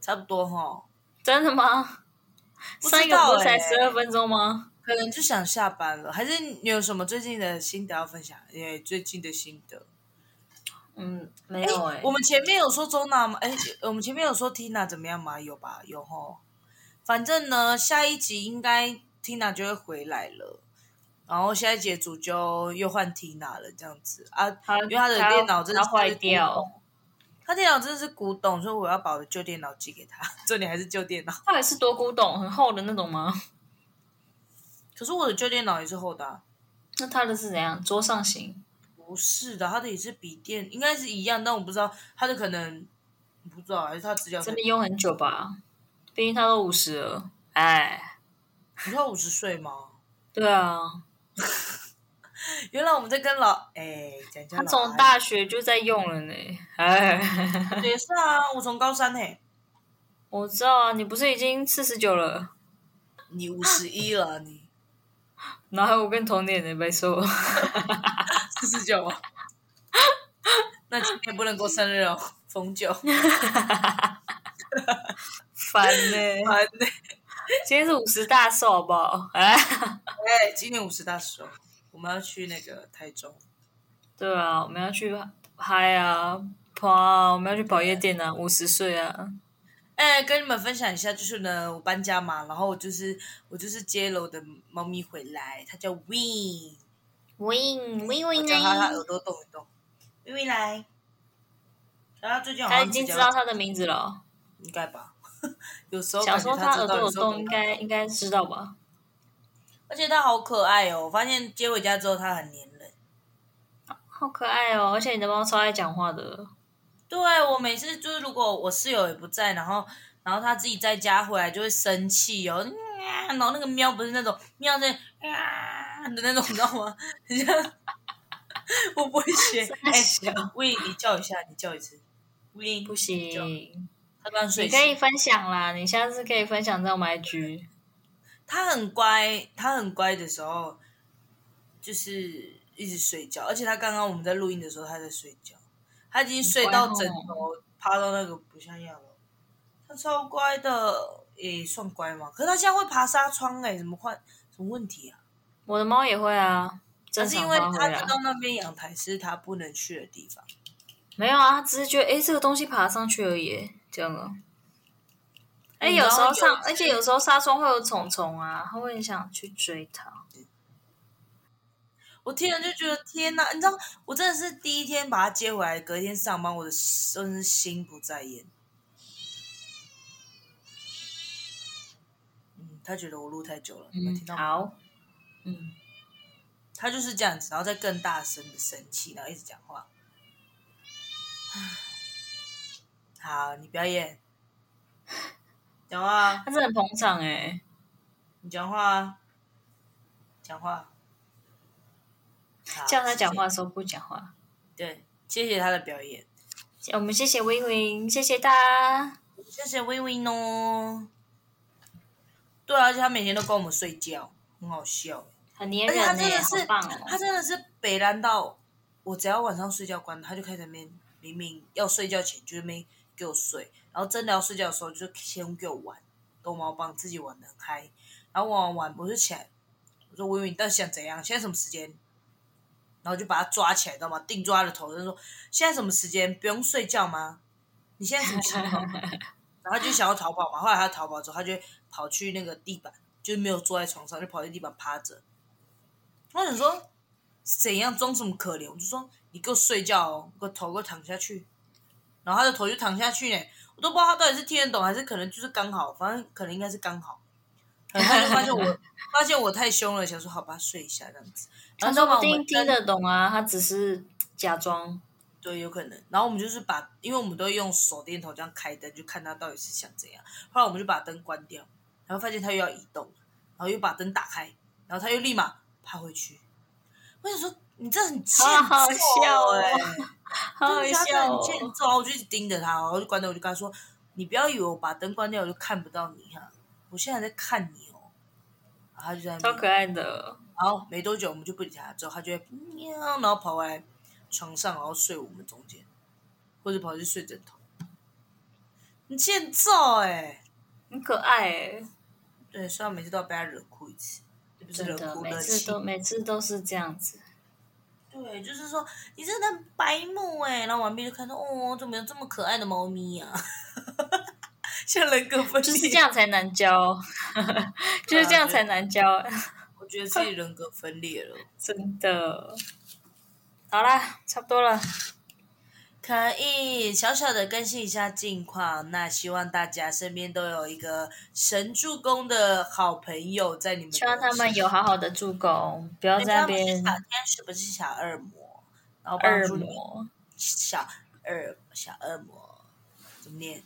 Speaker 2: 差不多哈，
Speaker 1: 真的吗？
Speaker 2: 不
Speaker 1: 上一
Speaker 2: 知
Speaker 1: 个
Speaker 2: 道
Speaker 1: 不是才
Speaker 2: 欸
Speaker 1: 十二分钟吗？
Speaker 2: 可能就想下班了。还是你有什么最近的心得要分享？哎，最近的心得。
Speaker 1: 嗯，没
Speaker 2: 哎
Speaker 1: 有哎、
Speaker 2: 我们前面有说周娜吗？哎，我们前面有说 Tina 怎么样吗？有吧，有吼。反正呢，下一集应该 Tina 就会回来了，然后下一集的主就又换 Tina 了，这样子啊，
Speaker 1: 他
Speaker 2: 因为他的
Speaker 1: 他
Speaker 2: 电脑真的
Speaker 1: 他
Speaker 2: 是
Speaker 1: 坏掉，
Speaker 2: 他电脑真的是古董，所以我要把我的旧电脑寄给他。 重点还是旧电脑，
Speaker 1: 到底是多古董，很厚的那种吗？
Speaker 2: 可是我的旧电脑也是厚的、啊，
Speaker 1: 那他的是怎样？桌上型？
Speaker 2: 不是的，他的也是笔电，应该是一样，但我不知道他的可能不知道，还是他资料
Speaker 1: 真的用很久吧？毕竟他都五十了，哎，
Speaker 2: 你说五十岁吗？
Speaker 1: 对啊，
Speaker 2: 原来我们在跟老哎讲讲
Speaker 1: 他
Speaker 2: 老
Speaker 1: 从
Speaker 2: 阿
Speaker 1: 大学就在用了呢，哎，
Speaker 2: 姨也是啊，我从高三嘿、
Speaker 1: 我知道啊，你不是已经四十九了？
Speaker 2: 你五十一了，你
Speaker 1: 然后我跟同年的白说，
Speaker 2: 四十九啊，那今天不能过生日哦，逢九
Speaker 1: 烦呢、
Speaker 2: 完呢。
Speaker 1: 今天是五十大寿，好不好？哎，
Speaker 2: 哎，今年五十大寿，我们要去那个台中，
Speaker 1: 对啊，我们要去嗨啊，跑啊，我们要去跑夜店啊，五十岁啊，
Speaker 2: 哎，跟你们分享一下，就是呢，我搬家嘛，然后我就是我就是接了我的猫咪回来，它叫 Win，
Speaker 1: win win
Speaker 2: 我
Speaker 1: win
Speaker 2: 叫它它耳朵动一动，Win Win 来。然后最近好
Speaker 1: 他
Speaker 2: 像
Speaker 1: 已经
Speaker 2: 指
Speaker 1: 知
Speaker 2: 甲
Speaker 1: 道他的名字了。
Speaker 2: 应该吧， 有时候
Speaker 1: 小
Speaker 2: 感
Speaker 1: 时
Speaker 2: 觉
Speaker 1: 候他
Speaker 2: 知
Speaker 1: 耳
Speaker 2: 道，
Speaker 1: 朵
Speaker 2: 有
Speaker 1: 有
Speaker 2: 时
Speaker 1: 洞，
Speaker 2: 候没
Speaker 1: 应
Speaker 2: 有
Speaker 1: 该应该知道吧？
Speaker 2: 而且它好可爱哦，我发现接回家之后它很黏人。
Speaker 1: 好可爱哦！而且你的猫超爱讲话的，
Speaker 2: 对我每次就是，如果我室友也不在，然后然后他自己在家回来就会生气哦，喵然后那个喵不是那种喵是啊的那种，你知道吗？ 很像我不会学。哎、
Speaker 1: 小
Speaker 2: 喂，你叫一下，你叫一次。喂，
Speaker 1: 不
Speaker 2: 你叫，
Speaker 1: 行。
Speaker 2: 他刚睡
Speaker 1: 你可以
Speaker 2: 醒。
Speaker 1: 分享啦，你下次可以分享在我们 IG。
Speaker 2: 他很乖，他很乖的时候，就是一直睡觉，而且他刚刚我们在录音的时候他在睡觉，他已经睡到
Speaker 1: 很
Speaker 2: 枕
Speaker 1: 乖哦
Speaker 2: 头、趴到那个不像样了，他超乖的，也算乖嘛。可是他现在会爬纱窗哎、怎么换？什么问题啊？
Speaker 1: 我的猫也会啊，
Speaker 2: 可
Speaker 1: 正
Speaker 2: 是因
Speaker 1: 常
Speaker 2: 为
Speaker 1: 发
Speaker 2: 他
Speaker 1: 挥
Speaker 2: 知
Speaker 1: 啊。
Speaker 2: 道那边阳台是他不能去的地方，
Speaker 1: 没有啊，它只是觉得哎、诶这个东西爬上去而已，这样啊。哎、
Speaker 2: 嗯
Speaker 1: 有时候
Speaker 2: 然后有
Speaker 1: 上，
Speaker 2: 一次
Speaker 1: 而且有时候纱窗会有虫虫啊，它会很想去追它。
Speaker 2: 我听了就觉得天哪！你知道，我真的是第一天把他接回来，隔天上班，我的真是心不在焉。嗯，他觉得我录太久了，你们听到吗？
Speaker 1: 嗯好，嗯，
Speaker 2: 他就是这样子，然后再更大声的生气，然后一直讲话。唉好，你表演，讲话啊，
Speaker 1: 它真的很捧场哎、诶
Speaker 2: 你讲话啊，讲话。啊好
Speaker 1: 叫它讲，
Speaker 2: 谢
Speaker 1: 话的时候不讲话。
Speaker 2: 谢对，谢谢他的表演。
Speaker 1: 我们谢谢 Win Win，谢谢大家。
Speaker 2: 谢谢微微哦。对啊，而且他每天都跟我们睡觉，很好笑。
Speaker 1: 很黏
Speaker 2: 而
Speaker 1: 人
Speaker 2: 且他
Speaker 1: 呢、
Speaker 2: 真的
Speaker 1: 好
Speaker 2: 是，
Speaker 1: 棒哦！
Speaker 2: 他真的是北蓝到，我只要晚上睡觉关，他就开始在那边明明要睡觉前就在那边给我睡，然后真的要睡觉的时候就先给我玩逗猫棒，自己玩的很嗨。然后玩完玩，我就起来，我说微微，你到底想怎样？现在什么时间？然后就把他抓起来，知道吗？定住他的头，就说：“现在什么时间？不用睡觉吗？你现在什么情况？”然后他就想要逃跑嘛。后来他逃跑之后，他就跑去那个地板，就是没有坐在床上，就跑去地板趴着。我想说，怎样装什么可怜？我就说你给我睡觉哦，给我头给我躺下去。然后他的头就躺下去呢，我都不知道他到底是听得懂还是可能就是刚好，反正可能应该是刚好。然后他就发 现我发现我太凶了，想说好吧，睡一下这样子。然
Speaker 1: 他说
Speaker 2: 后就把
Speaker 1: 不
Speaker 2: 我
Speaker 1: 定
Speaker 2: 们
Speaker 1: 听得懂啊，他只是假装。
Speaker 2: 对，有可能。然后我们就是把，因为我们都用手电筒这样开灯，就看他到底是想怎样。后来我们就把灯关掉，然后发现他又要移动，然后又把灯打开，然后他又立马爬回去。我想说，你这很欠揍、欸，欸
Speaker 1: 好好笑哦 好好
Speaker 2: 对，他真
Speaker 1: 笑
Speaker 2: 的
Speaker 1: 哦
Speaker 2: 很！欠揍啊！我就一直盯着他，然后就关灯，我就跟他说：“你不要以为我把灯关掉我就看不到你哈、我现在在看你哦。”然后他就在那
Speaker 1: 超
Speaker 2: 边
Speaker 1: 可爱的，
Speaker 2: 然后没多久我们就不理他，之后他就会喵，然后跑回来床上，然后睡我们中间，或者跑去睡枕头。你欠揍哎、
Speaker 1: 很可爱哎、
Speaker 2: 对，虽然每次都要被他惹哭一次，也不是
Speaker 1: 真
Speaker 2: 惹
Speaker 1: 的，
Speaker 2: 哭
Speaker 1: 每
Speaker 2: 惹
Speaker 1: 次
Speaker 2: 气。
Speaker 1: 都每次都是这样 子。
Speaker 2: 对，就是说你真的很白目哎、然后完毕就看到哦，怎么有这么可爱的猫咪呀、啊？ 像人格分裂，
Speaker 1: 就是这。样才难教，就是这样才难教，
Speaker 2: 我觉得自己人格分裂了。
Speaker 1: 真的。好啦，差不多了，
Speaker 2: 可可以小小的更新一下近况。那希望大家身边都有一个神助攻的好朋友在你们的
Speaker 1: 希望他们有好好的助攻，不要
Speaker 2: 身
Speaker 1: 在那
Speaker 2: 边。对他们
Speaker 1: 边
Speaker 2: 是小天使不是小恶魔，然后帮
Speaker 1: 二
Speaker 2: 助你
Speaker 1: 魔。
Speaker 2: 小恶小恶魔怎么念？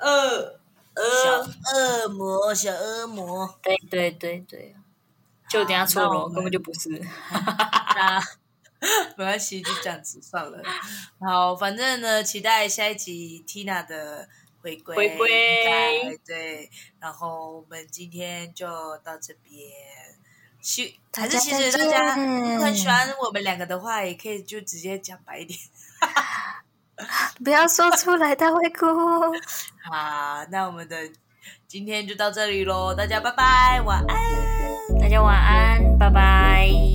Speaker 2: 恶小恶魔，小恶魔。
Speaker 1: 对对对对，就等一下错
Speaker 2: 那我
Speaker 1: 了，
Speaker 2: 们
Speaker 1: 根本就不是。
Speaker 2: 那没关系，就这样子算了。好，反正呢，期待下一集 Tina 的回归，
Speaker 1: 回归
Speaker 2: 应该对。然后我们今天就到这边。其还是其实大家
Speaker 1: 大家再见
Speaker 2: 如果很喜欢我们两个的话，也可以就直接讲白一点。
Speaker 1: 不要说出来，他会哭。
Speaker 2: 好，那我们的今天就到这里喽，大家拜拜，晚安。
Speaker 1: 大家晚安，拜拜。